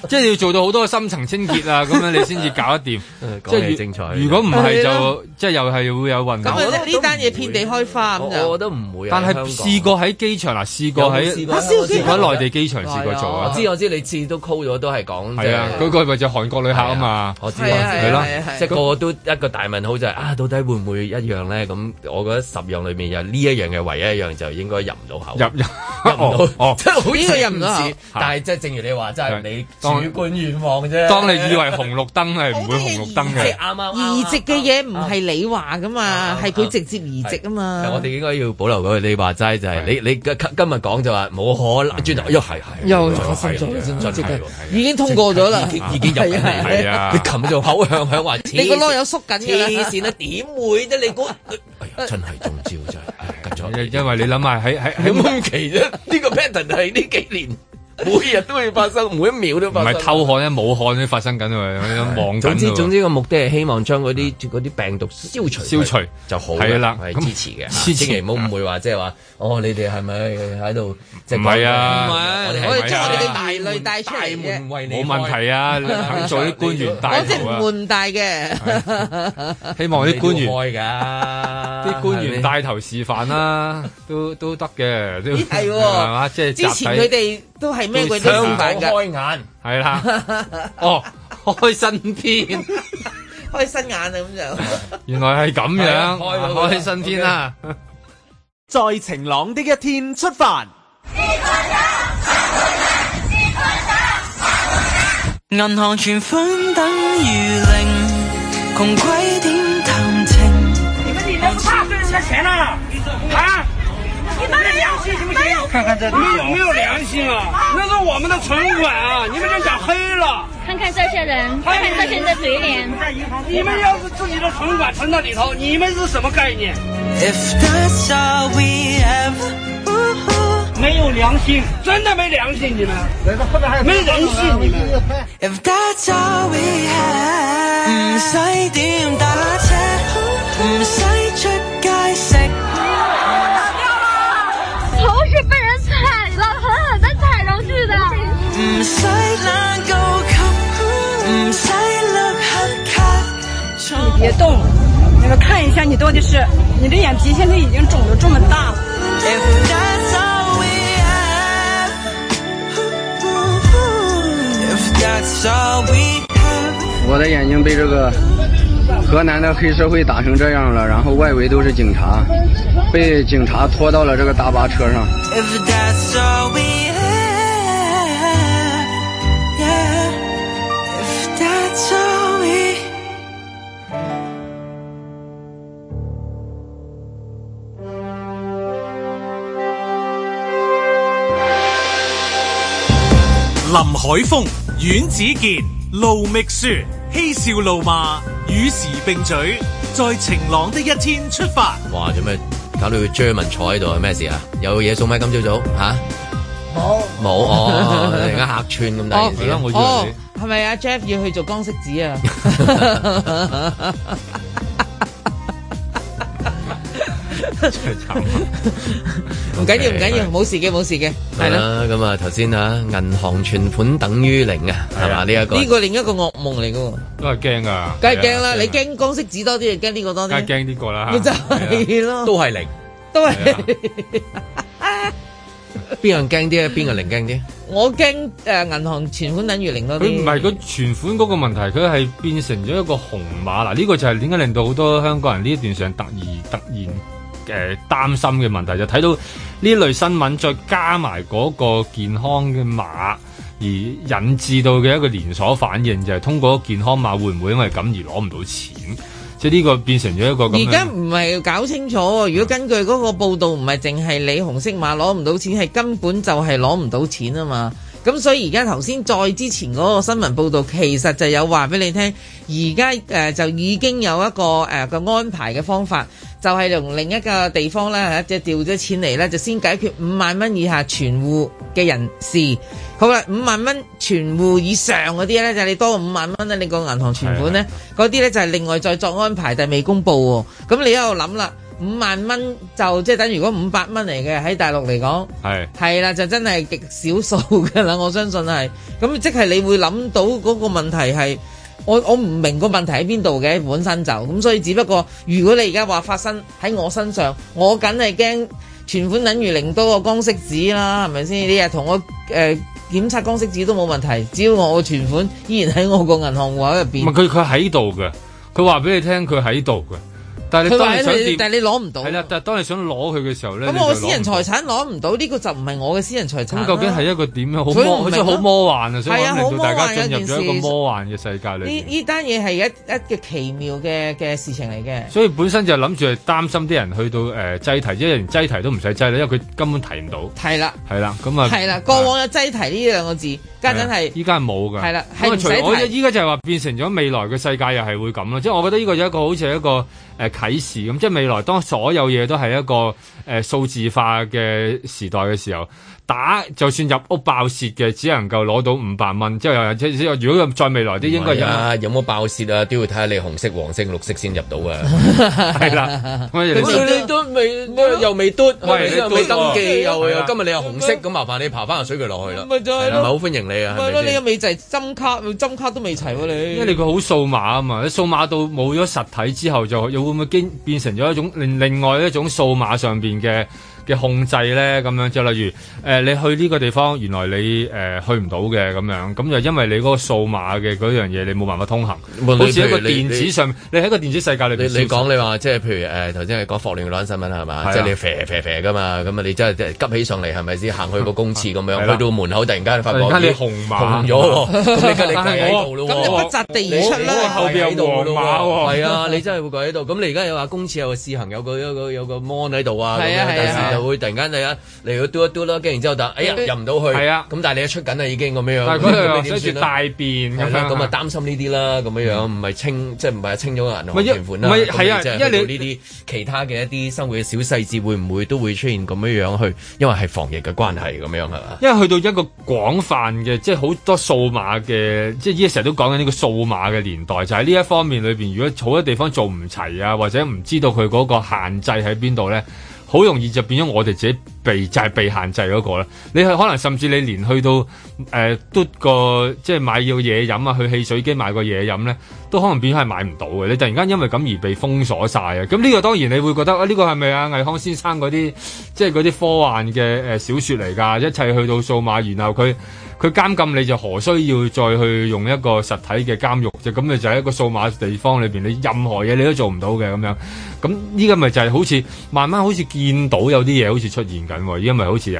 C: 即係要做到好多深層清潔啊，咁樣你先至搞得掂。即
B: 講
C: 係
B: 起精彩
C: 如果唔係
D: 係
C: 就
D: 咯
C: 即係又係會有混
D: 咁
C: 亂。
D: 啊呢單嘢遍地開花咁就。
B: 我覺得唔會啊。
C: 但係試過喺機場嗱，啊試過喺
B: 有冇試過喺
C: 試過喺內地機場試過做
B: 我
C: 啊。
B: 知我知，你次都 call 咗都係講
C: 係啊，嗰個咪就韓國旅客啊嘛。
B: 我知我知
D: 係啊係啊
C: 係啦
D: 係啊係啊
B: 即係個個都一個大問號就係、啊，到底會唔會一樣咧？咁我覺得十樣裏面有呢一樣嘅唯一一樣就應該入唔到口，
C: 入入
B: 啊入唔到，
C: 哦
B: 即係好
D: 呢個入唔到口
B: 似但係即係正如你話，真係你
C: 當
B: 主觀願望啫。
C: 哦，當你以為紅綠燈係唔會紅綠燈
B: 即係
C: 嘅，
B: 啱啱
D: 移植嘅嘢唔係你話噶嘛，係佢直接移植啊
B: 我
D: 嘛。
B: 哋應該要保留嗰個你話齋就係你你今今日講就話冇可能，轉頭又係係
D: 又
B: 係
D: 發生咗
B: 係
D: 真
B: 真
D: 係
B: 係喎
D: 已經通過咗啦，
B: 已經已經入緊嚟
C: 係啊
B: 你琴日仲口向向話，
D: 你個籮柚縮緊㗎啦
B: 黐線啊啦，點會啫？你估哎呀真係中招真係哎呀，跟 咗
C: 啊因因為你諗下喺喺
B: 有
C: 喺
B: 冇咁奇啫？呢個 pattern 係呢幾年每日都會發生，每一秒都
C: 唔
B: 發生。
C: 係偷看咧，武漢都發生緊喎，望緊
B: 總之
C: 喎
B: 總之個目的係希望將嗰啲嗰啲病毒消除
C: 消除
B: 就好
C: 係啦
B: 係
C: 咁
B: 支持 嘅，
C: 支
B: 千
C: 持啊
B: 祈唔好誤會話即係話哦，你哋係咪喺度即係
C: 唔係啊
B: 講
D: 唔係
B: 係
D: 我哋將
B: 係
D: 我哋嘅
B: 大
D: 疑慮帶出嚟
B: 大門
D: 啫，
B: 為你
C: 冇
B: 開
C: 問題啊！你 肯做啲官員帶
D: 我隻
C: 頭啊！
D: 門唔大嘅，
C: 希望啲官員
B: 開㗎，
D: 啊
C: 啲官員
B: 係咪
C: 帶頭示範啦，都都得嘅， 都
D: 咦係喎
C: 係嘛？即係
D: 之
C: 集
D: 前佢
C: 體
D: 哋都係咩鬼都
B: 香
D: 唔大
B: 港
D: 㗎，
B: 開眼。
C: 係啦。哦，開新篇，
D: 開新眼啊咁就。
C: 原來係咁
B: 係啊
C: 樣，
B: 開嗰個
C: 開新篇啦。
E: 在晴朗的一天出發。
M: 銀行存款等於零，窮鬼點談情？
N: 你们女的不怕赚人的钱呐？啊？你们没良心行不行？看看这没有没有良心啊！那是我们的存款啊！你们这讲黑了。
O: 看看这些人，看看这些人的嘴脸。
N: 你们要是自己的存款存到里头，你们是什么概念？
M: If that's all we have，
N: 没有良心，真的没良心，你们没人性，你们。
M: If that's all we have，唔 mm, 使點打車，唔使出街食。
O: 头是被人踩了，狠狠的踩
M: Mm,
O: 上去的。
M: 唔使懶高級，唔使甩黑
P: 别动，那个看一下你到底是你的眼皮现在已经肿得这么大了。
M: That's all we have. If that's all we have.
Q: 我的眼睛被这个河南的黑社会打成这样了，然后外围都是警察，被警察拖到了这个大巴车上。
M: If that's all we have, yeah. If that's all we,
A: 林海峰、阮子健、路觅雪，嬉笑怒罵，與時並舉，在晴朗的一天出發。
B: 哇！做咩搞到佢 German 坐喺度係咩事啊？有嘢送咩？今朝早吓？
D: 冇
B: 冇哦！突然間客串咁大件事，啊
D: 哦，係咪啊？Jeff 要去做光色子啊？ 唔緊要，唔緊要，冇事嘅，冇事嘅，
B: 係
D: 係咯。
B: 啦，咁啊頭先啊，銀行存款等於零啊，係嘛呢一個
D: 呢個另一個噩夢嚟嘅喎，
C: 都係驚噶，
D: 梗係驚啦！你驚光色子多啲，定驚呢個多
C: 啊梗係
D: 啲？
C: 驚呢個啦，啊
D: 咪就係咯，
B: 都係零，
D: 都係
B: 邊樣驚啲啊？邊個零驚啲？
D: 我驚誒銀行存款等於零多
C: 佢
D: 啲。
C: 唔係佢存款嗰個問題，佢係變成咗一個紅馬嗱，呢、個就係點解令到好多香港人呢一段時間突然突然誒、呃、擔心嘅問題，就睇到呢類新聞再加埋嗰個健康嘅碼。而引致到嘅一個連鎖反應就係、通過健康碼會唔會因為咁而攞唔到錢？即係呢個變成咗一個咁樣。
D: 而家唔係搞清楚喎，如果根據嗰個報道，唔係淨係你紅色馬攞唔到錢，係根本就係攞唔到錢啊嘛。咁所以而家頭先再之前嗰個新聞報道，其實就有話俾你聽，而家誒就已經有一個誒個、安排嘅方法，就係、用另一個地方咧，即係調咗錢嚟咧，就先解決五萬蚊以下存户嘅人士。好啦，五萬蚊存户以上嗰啲咧，就係你多五萬蚊咧，你個銀行存款咧，嗰啲咧就係另外再作安排，但係未公佈喎。咁你喺度諗啦，五萬蚊就即係等於嗰五百蚊嚟嘅喺大陸嚟講。
C: 係
D: 係啦，就真係極少數㗎啦，我相信係。咁即係你會諗到嗰個問題係，我我唔明個問題喺邊度嘅，本身就咁，所以只不過如果你而家話發生喺我身上，我梗係驚存款等於零多過光色紙啦，係咪先？你日同我誒、呃、檢測光色紙都冇問題，只要我個存款依然喺我個銀行戶口入
C: 唔係
D: 邊。
C: 佢佢喺度嘅，佢話俾你聽佢喺度嘅，但係你
D: 佢
C: 當
D: 話
C: 你想
D: 你，
C: 掂，
D: 但係你攞唔到。
C: 係啦，但係當你想攞佢嘅時候咧，你
D: 咁我
C: 就
D: 私
C: 攞
D: 人
C: 唔到
D: 財產攞唔到，呢、個就唔係我嘅私人財產啦。
C: 咁究竟係一個點樣？好
D: 所以唔
C: 魔，
D: 明
C: 即係好魔幻啊！所以
D: 係啊
C: 令到大
D: 好魔
C: 家
D: 幻嘅
C: 進入
D: 一件
C: 咗一個
D: 事
C: 魔幻嘅世界裏
D: 呢
C: 邊。
D: 呢單嘢係一一嘅奇妙嘅嘅事情嚟嘅。
C: 所以本身就諗住係擔心啲人去到誒擠提，即係連擠提都唔使擠啦，因為佢根本提唔到。
D: 係啦，
C: 係啦，咁啊，
D: 係啦，過往有擠提呢兩個字，家陣係
C: 依家係冇㗎。
D: 係啦
C: 咁
D: 係
C: 啊
D: 唔使
C: 除我
D: 提
C: 依家就係話變成咗未來嘅世界又係會咁咯，即係我覺得呢個有一個好似係一個誒、呃、啟示咁，即係未來當所有嘢都係一個誒、呃、數字化嘅時代嘅時候，打就算入屋爆竊嘅，只能夠攞到五百蚊，之後又即即如果再未來啲應該
B: 唔係
C: 有。
B: 啊，有冇爆竊啊？都要睇下你紅色、黃色、綠色先入到啊。
C: 係啦，啊我哋
B: 你都未又未嘟，
C: 喂你
B: 又未登記，
D: 嘟
B: 又
D: 喎係
B: 又
D: 啦
B: 今日你又紅色，咁麻煩你爬翻個水渠落去啦。
D: 咪就係
B: 係
D: 咯
B: 啦唔係好歡迎你啊？
D: 咪
B: 係
D: 咯？
B: 咪
D: 你又
B: 先？
D: 未齊針卡，針卡都未齊喎你。
C: 因為你佢好數碼啊嘛，你數碼到冇咗實體之後，就又會唔會經變成咗一種另另外一種數碼上邊嘅嘅控制咧？咁樣就例如誒、呃你去呢個地方，原來你誒、呃去唔到嘅咁樣，咁就因為你嗰個數碼嘅嗰樣嘢，你冇辦法通行，
B: 唔係
C: 好似一
B: 你譬
C: 個
B: 如你
C: 電子上，你喺個電子世界
B: 你
C: 裏邊消失，
B: 你講你話即係譬如誒頭先係講霍亂嗰單新聞係
C: 係啊
B: 嘛？即係你肥肥肥噶嘛，咁啊你真係急起上嚟係咪先？行去個公廁咁
C: 係
B: 樣，
C: 啦
B: 去到門口突然間發覺
C: 突然間你
B: 咦
C: 紅碼
B: 紅咗喎，咁你梗係
C: 但係
B: 跪喺度咯喎，
D: 咁你不擇地而出啦。
C: 後邊有黃馬喎
B: 係啊，你真係會跪喺度。咁你而家又話公廁有個試行，有個有個有個 mon 喺度啊，咁
D: 係啊
B: 樣
D: 係啊
B: 第時就會突然間你啊嚟到嘟一嘟啦，跟住然之後就哎呀入唔到去，
C: 係啊
B: 咁但係你一出緊啦已經咁樣樣，
C: 但係嗰度
B: 咁
C: 又
B: 你點
C: 寫
B: 算
C: 住
B: 啊
C: 大便
B: 係
C: 咁
B: 啦
C: 樣，
B: 咁啊擔心呢啲啦，咁樣樣唔係清，即係唔係清咗個銀
C: 唔係
B: 行
C: 一
B: 存款啦，
C: 唔係
B: 咁
C: 係啊
B: 你即
C: 因為
B: 去
C: 你
B: 到呢啲其他嘅一啲生活嘅小細節，會唔會都會出現咁樣樣去？因為係防疫嘅關係咁樣係嘛？
C: 因為去到一個廣泛嘅，即係好多數碼嘅，即係依家成日都講緊呢個數碼嘅年代，就喺呢一方面裏邊，如果好多地方做唔齊啊，或者唔知道佢嗰個限制喺邊度咧，好容易就變咗我哋自己被就係、被限制嗰、個啦。你係可能甚至你連去到誒嘟、個即係買要嘢飲啊，去汽水機買個嘢飲咧，都可能變咗係買唔到嘅。你突然間因為咁而被封鎖晒啊！咁呢個當然你會覺得啊，呢、個係咪啊魏康先生嗰啲即係嗰啲科幻嘅誒小説嚟㗎？一切去到數碼，然後佢。佢監禁你就何需要再去用一個實體嘅監獄啫？咁你就喺一個數碼地方裏邊，你任何嘢你都做唔到嘅咁樣。咁呢個咪就係好似慢慢好似見到有啲嘢好似出現緊喎，依家咪好似有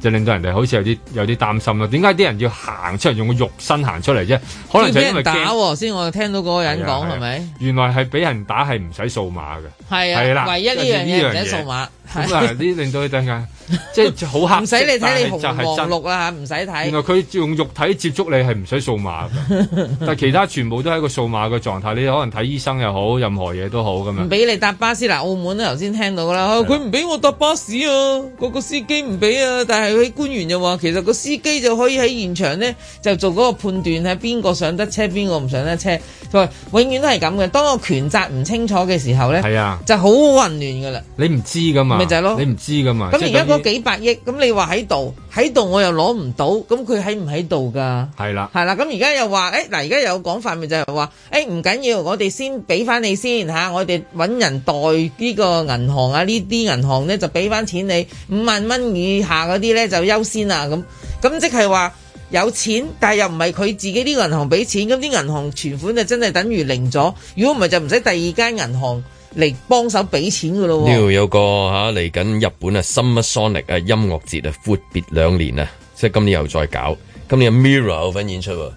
C: 就令到人哋好似有啲有啲擔心啦。點解啲人要行出嚟用個肉身行出嚟啫？可能就
D: 俾
C: 因為
D: 人打
C: 驚
D: 喎先，我聽到嗰個人
C: 係啊
D: 講
C: 係啊
D: 係咪？
C: 原來係俾人打係唔使數碼 嘅，
D: 係啊
C: 係啦，
D: 唯一呢
C: 就
D: 樣
C: 係
D: 嘢唔
C: 樣
D: 使數碼
C: 咁啊，呢令到佢突然間即係好黑
D: 唔
C: 色，
D: 使你睇你紅
C: 但係就係
D: 黃
C: 真
D: 綠啦嚇，唔使
B: 哎
C: 原來
D: 睇。
C: 佢用肉體接觸你係唔使數碼㗎， 但係其他全部都係一個數碼嘅狀態。你可能睇醫生又好，任何嘢都好咁
D: 唔
B: 嗯
C: 樣。
D: 俾你搭巴士嗱，澳門都頭先聽到啦，啊佢唔俾我搭巴士啊，個個司機唔俾啊，但係佢官員又話其實個司機就可以喺現場呢，就做嗰個判斷係邊個上得車，邊個唔上得車。佢話永遠都係咁嘅，當個權責唔清楚嘅時候呢，
C: 係啊，
D: 就好混亂㗎啦。
C: 你唔知噶嘛，
D: 咪就係咯
C: 你唔知噶嘛。
D: 咁
C: 即係
D: 而家
C: 等於
D: 嗰幾百億，咁你話喺度，喺度我又攞唔到，咁佢喺唔喺度㗎？
C: 係啦，
D: 係啦，咁而家又話，誒、嗱，而家有講法咪就係話，誒、唔緊要，我哋先俾翻你先嚇、我哋揾人代呢個銀行啊，呢啲銀行咧就俾翻錢你，五萬蚊以下嗰啲咧就優先啦，咁咁即係話有錢，但係又唔係佢自己呢個銀行俾錢，咁啲銀行存款就真係等於零咗，如果唔係就唔使第二間銀行嚟幫手俾錢噶咯
B: 呢度
D: 喎。
B: 有個嚇嚟緊日本啊 Summer Sonic 啊音樂節啊闊別兩年啊，即係今年又再搞。今年 Mirror 有份演出喎，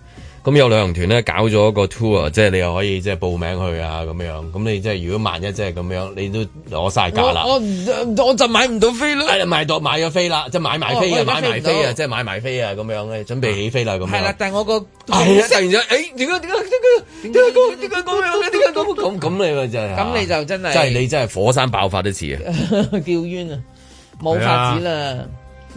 B: 咁有旅行團咧搞咗個 tour，即係啊你又可以即係報名去啊咁樣。咁你即係如果萬一即係咁樣，你都攞晒價啦。
D: 哦
B: 哎
D: 我我我就買唔到飛咯。
B: 係買到買咗飛啦，即係買埋飛
D: 哦
B: 啊，
D: 我而家
B: 買埋
D: 飛唔
B: 飛
D: 到
B: 啊，即係買埋飛啊，咁樣咧，準備起飛啦，咁樣。
D: 係啦，但係我個
B: 係啊，突然之間，誒點解點解點解點解咁點解咁樣嘅？點解咁咁咁你咪真係
D: 咁你就真係
B: 即係你真係火山爆發都似啊！
D: 叫冤啊！冇法子
B: 啊
D: 啦，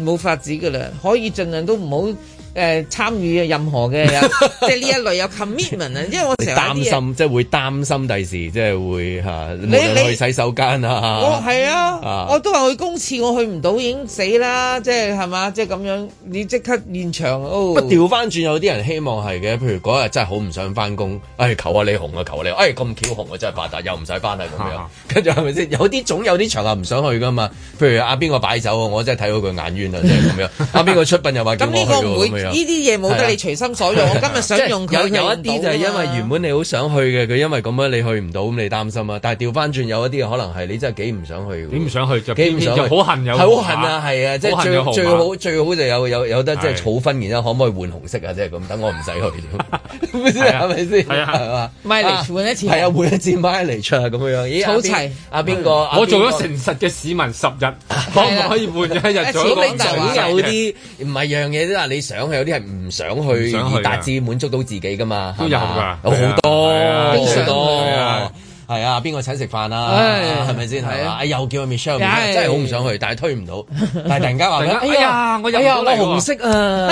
D: 冇法子噶啦，可以盡量都唔好誒參與任何 嘅，有即係呢一類有 commitment 啊，因為我成
B: 你
D: 日有
B: 擔
D: 啲嘢
B: 心，即係會擔心第時，即係會嚇，無
D: 你
B: 論去洗手間
D: 我
B: 啊，
D: 係啊
B: 啊，
D: 我都話去公廁，我去唔到已經死啦，即係係嘛，即係咁樣，你即刻現場
B: 不
D: 哦
B: 過，調翻轉有啲人希望係嘅，譬如嗰日真係好唔想翻工，唉求下你紅啊，求下你，唉咁巧紅啊，真係發達又唔使翻啦
D: 啊
B: 咁樣，跟住係咪先？有啲總有啲場合唔想去噶嘛，譬如阿邊個擺酒啊，我真係睇到佢眼冤啊，即係咁樣， 阿邊個出殯又話叫
D: 咁
B: 我
D: 呢
B: 去
D: 個
B: 喎
D: 唔會，
B: 咁樣啊
D: 呢啲嘢冇得你隨心所用。我今日 想用啊
B: 有
D: 佢，
B: 有一啲就係
D: 係
B: 因為原本你好想去嘅，佢因為咁樣你去唔到，咁你擔心啊。但係調翻轉有一啲可能係你真係幾唔想去嘅喎，
C: 幾唔想去就
B: 幾唔想去，
C: 偏偏就好恨有
B: 係好恨啊，
C: 號碼
B: 係啊，即
C: 好
B: 係
C: 恨有號
B: 最
C: 碼
B: 最好最好就有有有得即係
C: 係
B: 儲分，然之後可唔可以換紅色啊？即係咁，等我唔使去， 係咪先？係啊，係嘛？
D: 咪嚟換一次
B: 係啊，換一次咪嚟出啊，咁樣樣。咦，阿
D: 儲
B: 邊
D: 齊
B: 阿邊個？阿邊個
C: 嗯
B: 啊
C: 我做咗誠實嘅市民十 日，可唔可以換一日做一個
B: 總有啲唔係樣嘢都係你想去，有啲係唔想
C: 唔
B: 去，
C: 想去啊
B: 而達至滿足到自己噶嘛，
C: 都有㗎
B: 係嘛
C: 係啊
B: 好多
C: 係啊
B: 好
C: 係啊
B: 多。係啊，邊個請食飯啊？
C: 唉
B: 係咪先？
C: 係
B: 係
C: 啊
B: 啊，哎又叫佢 Michelle，
C: 唉
B: 真係好唔想去，但係推唔到。但係突然間話俾佢
C: 突然間哎呀我入唔
B: 哎呀
C: 到
B: 我
C: 嚟喎
B: 紅色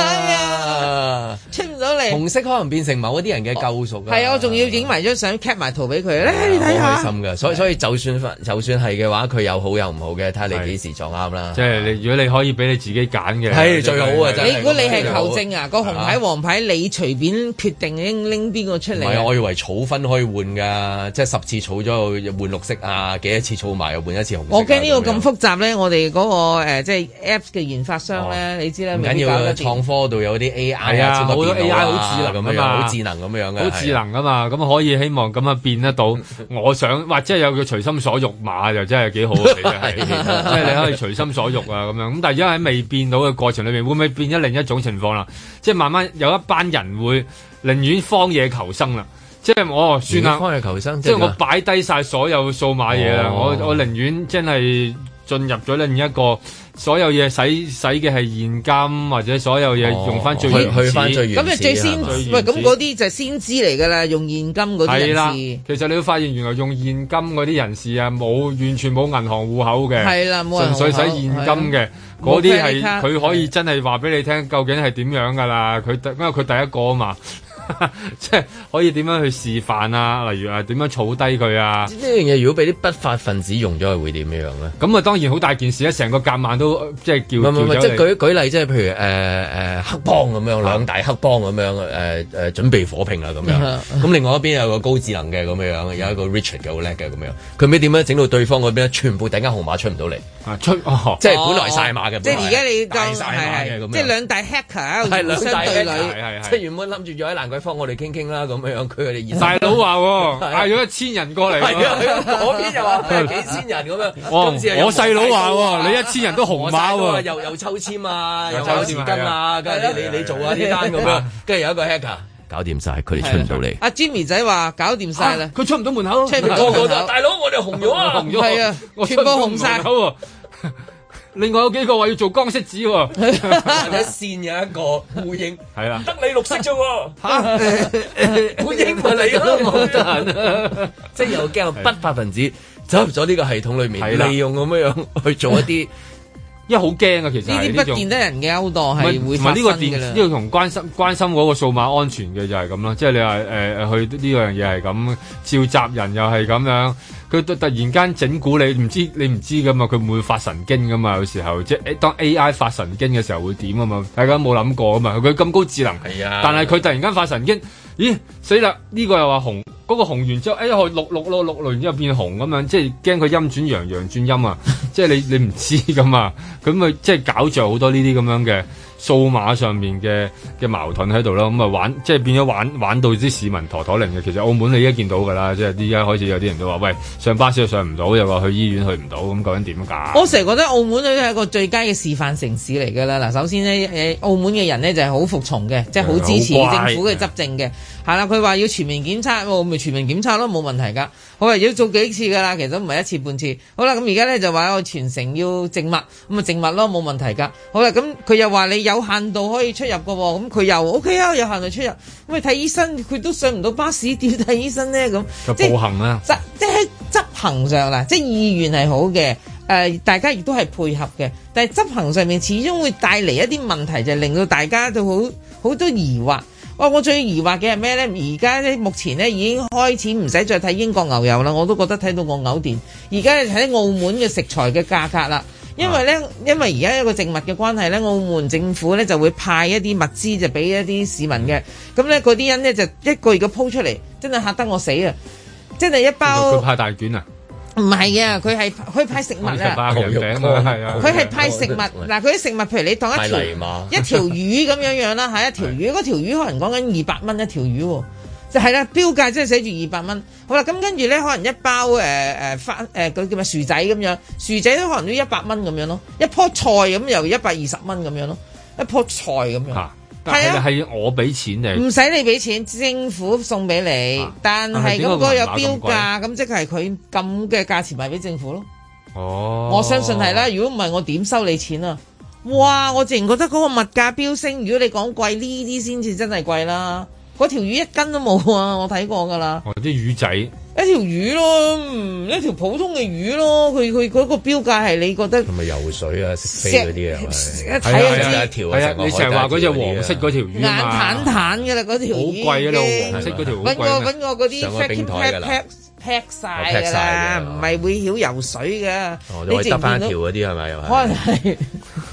B: 啊，
D: 出唔到
B: 紅
D: 嚟。
B: 色可能變成某一啲人嘅救贖啊。哎
D: 係啊，我仲要影埋張相 cap 埋圖俾佢咧，你睇
B: 好
D: 下。
B: 開心㗎，所以所以就算就算係嘅話，佢有好有唔好嘅，睇下你幾時撞啱啦。
C: 即係你如果你可以俾你自己揀嘅，
B: 係最好啊真係
D: 你估你係球證啊？個紅牌黃牌你隨便決定拎拎邊個出
B: 唔
D: 嚟
B: 係，
D: 啊？
B: 我以為儲分可以換㗎，即係十次儲咗又換綠色啊，幾多次儲埋又換一次紅色啊。
D: 我驚呢
B: 咁
D: 個
B: 樣
D: 咁複雜咧，我哋嗰、個、呃、即係 Apps 嘅研發商咧，你知咧，
B: 唔
D: 未
B: 緊
D: 必
B: 要
D: 搞
B: 啊，
D: 得
B: 創
D: 掂。
B: 科度有啲 AI
C: 係啊，
B: 超
C: 好
B: 級
C: 多
B: 電
C: AI
B: 腦啊
C: 好智能
B: 咁
C: 㗎
B: 樣，
C: 嘛，
B: 好智能咁樣嘅，
C: 好
B: 係啊嗯
C: 智。能㗎嘛，咁可以希望咁啊變得到。我想或者有個隨心所欲馬就真係幾好啊，其實 係即係你可以隨心所欲啊咁樣。咁但係而家喺未變到嘅過程裏面，會唔會變咗另一種情況啦？即係慢慢有一班人會寧願荒野求生啦。即係我哦算
B: 寧
C: 啦，
B: 願荒野求生
C: 即係
B: 即係
C: 我
B: 點啊
C: 擺低晒所有數碼嘢啦。
B: 哦
C: 我我寧願真係進入咗另一個所有嘢使使嘅係現金，或者所有嘢
B: 哦
C: 用翻最
B: 去
C: 原始
B: 去返最原啊
D: 咁你最先
C: 最原始
D: 喂，咁嗰啲就係先知嚟㗎啦，用現金嗰啲
C: 係啦，
D: 人士。
C: 其實你會發現原來用現金嗰啲人士啊，冇完全冇銀行戶口嘅，
D: 係啦冇銀行戶
C: 純
D: 口
C: 粹使現金
D: 係
C: 嘅
D: 啊。冇
C: 嗰啲
D: credit
C: 係
D: card
C: 佢可以真係話俾你聽，究竟係點樣㗎啦？佢第因為佢第一個啊嘛， 即係可以點樣去示範啊？例如啊，點樣儲低佢啊？
B: 呢樣嘢如果俾啲不法分子用咗，會點樣咧？
C: 咁啊，當然好大件事啦，成個夾萬都呃即係
B: 唔係
C: 叫
B: 唔係
C: 叫
B: 即
C: 走
B: 係
C: 你
B: 舉舉例，即係譬如誒誒黑幫咁樣，兩大黑幫咁樣誒誒準備火拼啦啊咁
D: 嗯
B: 樣。咁另外一邊有個高智能嘅咁樣樣，有一個 Richard 嘅好叻嘅咁樣。佢唔知點樣整到對方嗰邊全部突然間號碼出唔到嚟，
C: 啊出哦
B: 即係本來晒馬嘅。
D: 哦即係而家你當
B: 晒馬嘅
D: 係
B: 咁
D: 係
B: 樣
D: 即係兩大 hacker
B: 係
D: 喺度
B: 兩
D: 互相
B: 大
D: 對壘。
B: 即係原本諗住咗喺蘭桂坊，我哋傾傾啦咁樣，佢哎哋現
C: 大佬話喎
D: 啊
B: 係
C: 嗌咗一千人過嚟喎，
B: 係啊係啊嗰邊又話佢係幾千人咁樣，
C: 我
B: 今次又有
C: 我細佬
B: 黃
C: 話
B: 大
C: 喎，
B: 刀
C: 你一千人都紅馬
B: 我細佬啊
C: 喎。
B: 又又抽籤啊，
C: 又
B: 又
C: 抽籤啊
B: 抽匙羹啊，
D: 係啊
B: 跟住你你你做啊呢單咁
D: 係
B: 樣
D: 啊，
B: 跟住有一個 hacker 搞掂晒，佢哋
D: 出唔
B: 到嚟。
D: 阿 Jimmy 仔話搞掂晒
B: 啊
D: 啦，
C: 啊佢出唔到門口，
D: 出唔
B: 個
D: 到
B: 個
D: 門
B: 都
D: 口。
B: 大佬，我哋紅咗啊，
C: 紅咗
D: 係啊
C: 我
D: 全部紅晒
C: 出唔到門口喎 另外有幾個話要做光色 紙喎，
B: 或者線有一個呼應，
C: 係啦，
B: 得你綠色啫喎，
C: 嚇
B: 呼應咪你咯，冇得閒啊，即係又驚有不法分子走入咗呢個系統裏
C: 係
B: 面，
C: 啦
B: 利用咁樣樣去做一 啲，
C: 因為好驚啊，其實
D: 呢
C: 係
D: 啲不
C: 種
D: 見得人嘅勾當係會
C: 唔
D: 發
C: 係呢
D: 生
C: 個
D: 㗎
C: 電
D: 啦
C: 呢。個同關心關心嗰個數碼安全嘅就係咁咯，即係你話誒誒去呢樣嘢係咁，召集人又係咁樣，佢突突然間整蠱你，唔知你唔知噶嘛，佢唔會發神經噶嘛，有時候即係誒當 AI 發神經嘅時候會點啊嘛，大家冇諗過啊嘛，佢咁高智能，
B: 係啊
C: 但係佢突然間發神經，咦死啦！呢、個又話紅，嗰、個紅完之後，哎呀綠綠綠綠綠完之後變紅咁樣，即係驚佢陰轉陽，陽轉陰啊！即係你你唔知噶嘛，咁咪即係搞著好多呢啲咁樣嘅數碼上面嘅嘅矛盾喺度咯，咁啊玩即係變咗玩玩到啲市民陀陀零嘅。其實澳門你而家見到㗎啦，即係依家開始有啲人都話喂上巴士又上唔到，又話去醫院去唔到，咁究竟點㗎？
D: 我成日覺得澳門都係一個最佳嘅示範城市嚟㗎啦。嗱，首先咧，誒澳門嘅人咧就係好服從嘅，即係好支持
M: 好乖
D: 政府嘅執政嘅。係啦，佢話要全面檢測，我咪全面檢測咯，冇問題㗎。我話要做幾次㗎啦，其實都唔係一次半次。好啦，咁而家咧就話我全城要靜默，咁啊靜默咯，冇問題㗎。好啦，咁佢又話你有限度可以出入㗎喎，咁佢又 OK 啊，有限度出入。咁去睇醫生，佢都上唔到巴士，點睇醫生咧？咁
C: 就
D: 即係
C: 步行啦。
D: 執即係喺執行上啦，即係意願係好嘅，誒、呃大家亦都係配合嘅，但係執行上面始終會帶嚟一啲問題，就係令到大家都好好多疑惑。哇！我最疑惑嘅係咩呢？而家呢，目前呢已經開始唔使再睇英國牛油啦，我都覺得睇到我嘔電。而家睇澳門嘅食材嘅價格啦。因為咧，因為而家一個植物嘅關係咧，澳門政府咧就會派一啲物資就俾一啲市民嘅，咁咧嗰啲人咧就一個月嘅鋪出嚟，真係嚇得我死啊！真係一
C: 佢
D: 包
C: 派大卷啊，
D: 唔係啊，佢係佢派食物
C: 佢係
D: 啊，
C: 派人餅啊，係啊，
D: 佢係派食物嗱，佢啲食物譬如你當一條
B: 派泥馬
D: 一條魚咁樣樣啦，係一條魚，嗰條魚可能講緊二百蚊一條魚喎。就係啦，標價真係寫住二百蚊。好啦，咁跟住咧，可能一包誒誒番誒嗰啲叫咩薯仔咁樣，薯仔都可能都一百蚊咁樣咯，一樖菜咁又一百二十蚊咁樣咯，一樖菜咁樣。
C: 嚇，但
D: 係
C: 係
D: 啊，嗯
C: 係我俾錢
D: 唔
C: 你，
D: 使你俾錢，政府送俾你，但
C: 但係
D: 係
C: 啊點解
D: 咁嗰個有
C: 個銀碼咁
D: 標
C: 貴
D: 價，咁即係佢咁嘅價錢賣俾政府咯。
C: 哦，
D: 我相信係啦，如果唔係我點收你錢啊？哇！我自然覺得嗰個物價飆升，如果你講貴呢啲先至真係貴啦。嗰條魚一斤都冇啊， 我睇過㗎啦，
C: 哦，啲魚仔。
D: 一條魚咯，嗯，一條普通嘅魚咯，佢佢嗰個標價係你覺得
B: 係咪游水啊、識飛嗰啲啊係咪？
D: 睇就知
B: 係啊一條啊
C: 係啊
B: 成個海
C: 你成日話嗰隻黃色嗰條
D: 眼
C: 魚啊
D: 淡
C: 嘛，
D: 淡㗎啦，嗰條魚
C: 好貴啊
D: 已
C: 你
D: 經
C: 黃色嗰條好
D: 揾
C: 貴啊
D: 個
C: 咩
D: 揾個嗰啲
B: 啊上個
D: fracking
B: 冰台㗎啦
D: pack pack 晒
B: 哦，pack
D: 㗎啦，
B: 晒㗎
D: 唔係會曉游水㗎
B: 哦，。
D: 你
B: 又係
D: 自然
B: 得
D: 見
B: 翻
D: 到
B: 一條嗰啊啲係咪？又係
D: 可能係。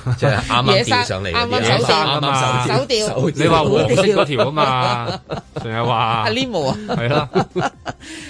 B: 即係啱啱掉上嚟嗰啲，啊
D: 野生啱啱手掉
B: 啱啱手掉
D: 手掉
C: 你話黃色嗰條啊嘛，成日話
D: 阿 Limo 啊
C: 係啦，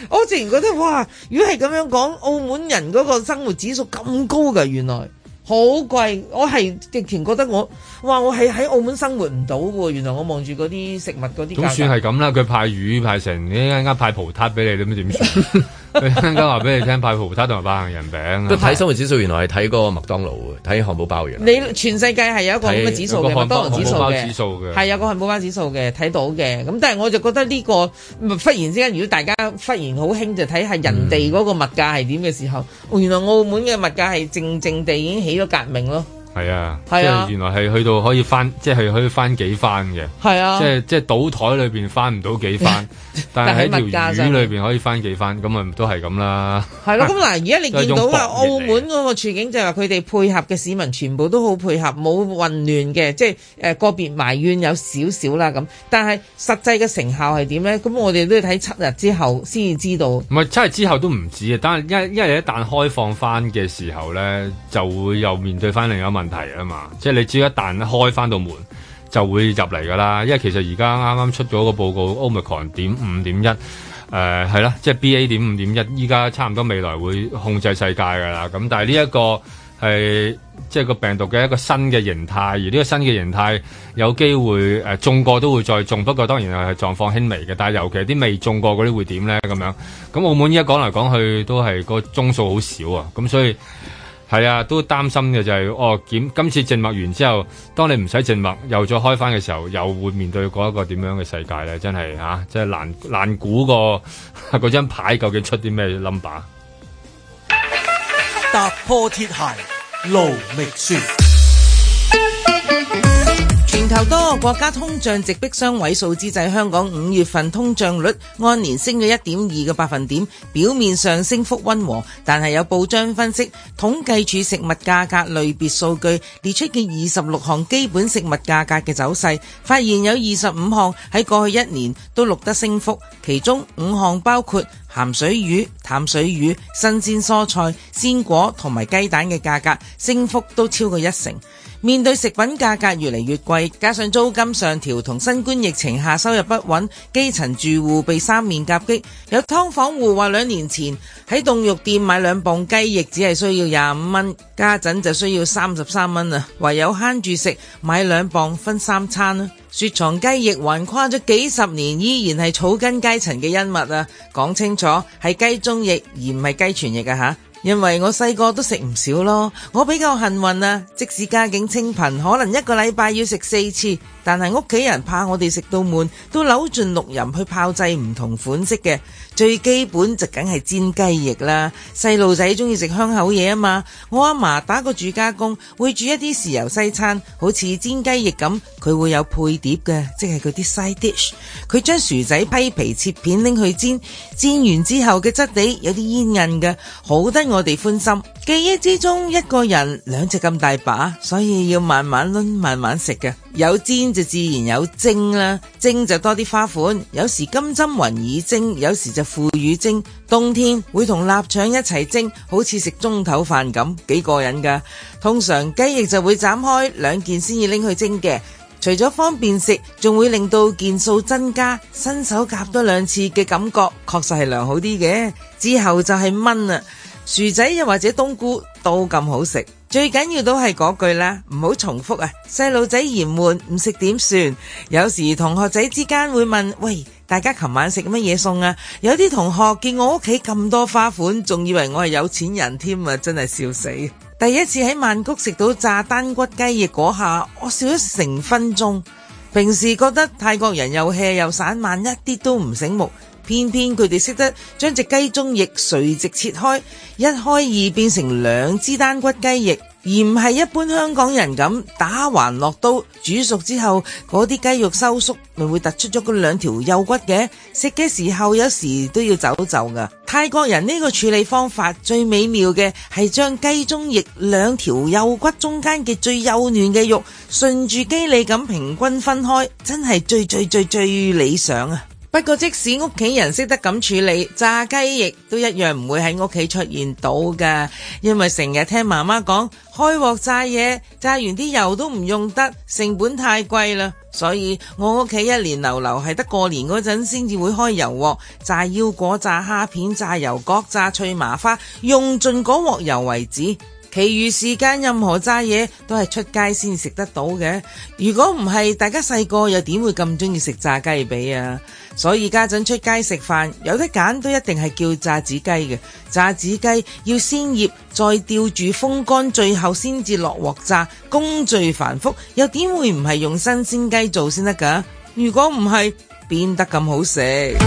D: 我自然覺得哇，如果係咁樣講，澳門人嗰個生活指數咁高㗎，原來好貴。我係直情覺得我哇，我係喺澳門生活唔到喎。原來我望住嗰啲食物嗰啲價格
C: 總算係咁啦。佢派魚派成，一陣間派葡撻俾你，你咁點算？佢一陣間話俾你聽派葡撻同埋派杏仁餅啊。
B: 佢睇生活指數原來係睇嗰個麥當勞嘅，睇漢堡包原來。
D: 你全世界係有一個咁嘅指數嘅，
B: 睇有個
D: 麥當勞指數
B: 漢堡包
D: 嘅，
B: 指數嘅
D: 係有個漢堡包指數嘅睇到嘅。咁但係我就覺得呢、個忽然之間，如果大家忽然好興就睇下人哋嗰個物價係點嘅時候，哦原來澳門嘅物價係靜靜地已經起咗革命咯。
C: 係啊，
D: 係啊
C: 即係原來係去到可以翻，即係可以翻幾翻嘅，
D: 係啊
C: 即係即係賭台裏邊翻唔到 幾翻，但係
D: 但係喺物
C: 喺條
D: 價上
C: 魚裏邊可以翻幾翻，咁啊都係咁啦。
D: 係 咯，咁啊嗱，而家你見到啦，
C: 啊都係一種博弈
D: 澳門嗰個處境就係話佢哋配合嘅市民全部都好配合，冇混亂嘅，即係誒個別埋怨有少少啦咁，但係實際嘅成效係點咧？咁我哋都要睇七日之後先至知道。
C: 唔係，真係之後都唔止嘅。但係因因為一旦開放翻嘅時候咧，就會又面對翻另一個問題啊嘛。即係你只要一旦開翻到門，就會入嚟噶啦。因為其實而家啱啱出咗個報告，Omicron 點五點一，誒呃係啦，即係 BA 點五點一，依家差唔多未來會控制世界噶啦。咁但係呢一個係即係個病毒嘅一個新嘅形態，而呢個新嘅形態有機會誒、呃中過都會再中，不過當然係狀況輕微嘅。但係尤其係啲未中過嗰啲會點咧咁樣？咁澳門依家講嚟講去都係個宗數好少啊，咁所以。係啊，都擔心嘅就係、哦，檢今次靜默完之後，當你唔使靜默，又再開翻嘅時候，又會面對嗰一個點樣嘅世界咧？真係嚇、啊，真係難難估個 嗰張牌究竟出啲咩 number。
A: 踏破鐵鞋路未雪。
D: 全球多個國家通脹直逼雙位數之際，香港五月份通脹率按年升咗一點二個百分點，表面上升幅溫和，但係有報章分析統計處食物價格類別數據列出嘅二十六項基本食物價格嘅走勢，發現有二十五項喺過去一年都錄得升幅，其中五項包括鹹水魚、淡水魚、新鮮蔬菜、鮮果同埋雞蛋嘅價格升幅都超過一成。面對食品價格越嚟越貴，加上租金上調同新冠疫情下收入不穩，基層住戶被三面夾擊。有劏房戶話兩年前喺凍肉店買兩磅雞翼只係需要廿五蚊，家陣就需要三十三蚊啊！唯有慳住食，買兩磅分三餐啦。雪藏雞翼橫跨咗幾十年，依然係草根階層嘅恩物啊！講清楚係雞中翼，而唔係雞全翼啊吓！因為我細個都食唔少咯，我比較幸運啊！即使家境清貧，可能一個禮拜要食四次，但係屋企人怕我哋食到悶，都扭盡六壬去炮製唔同款式嘅。最基本就梗係煎雞翼啦，細路仔中意食香口嘢啊嘛。我阿嫲打過住家工，會煮一啲豉油西餐，好似煎雞翼咁，佢會有配碟嘅，即係嗰啲 side dish。佢將薯仔批皮切片拎去煎，煎完之後嘅質地有啲煙韌嘅，好得我哋歡心。記憶之中一個人兩隻咁大把，所以要慢慢攆，慢慢食嘅。有煎就自然有蒸啦，蒸就多啲花款，有時金針雲耳蒸，有時就腐乳蒸。冬天會同臘腸一齊蒸，好似食中頭飯咁，幾過癮㗎。通常雞翼就會斬開兩件先至拎去蒸嘅。除咗方便食，仲會令到件數增加，新手夾多兩次嘅感覺確實係良好啲嘅。之後就係炆啦，薯仔又或者冬菇都咁好食。最緊要都係嗰句啦，唔好重複啊！細路仔嫌悶，唔食點算？有時同學仔之間會問：喂，大家琴晚食乜嘢餸啊？有啲同學見我屋企咁多花款，仲以為我係有錢人添啊！真係笑死。第一次喺曼谷食到炸單骨雞翼嗰下，我笑咗成分鐘。平時覺得泰國人又 hea 又散漫，一啲都唔醒目，偏偏佢哋識得將隻雞中翼垂直切開，一開二變成兩支單骨雞翼，而唔係一般香港人咁打橫落刀煮熟之後，嗰啲雞肉收縮咪會突出咗嗰兩條幼骨嘅。食嘅時候有時都要走走噶。泰國人呢個處理方法最美妙嘅係將雞中翼兩條幼骨中間嘅最幼嫩嘅肉，順住肌理咁平均分開，真係最最最最理想啊！不過即使屋企人識得咁處理，炸雞翼都一樣唔會喺屋企出現到㗎，因為成日聽媽媽講開鑊炸嘢，炸完啲油都唔用得，成本太貴啦。所以我屋企一年流流係得過年嗰陣先至會開油鑊，炸腰果、炸蝦片、炸油角、炸脆麻花，用盡嗰鑊油為止。其餘時間任何炸嘢都係出街先食得到嘅。如果唔係，大家細個又點會咁中意食炸雞髀啊？所以家陣出街食飯有得揀都一定係叫炸子雞嘅。炸子雞要先醃，再吊住風乾，最後先至落鑊炸，工序繁複，又點會唔係用新鮮雞做先得㗎？如果唔係，邊得咁好食？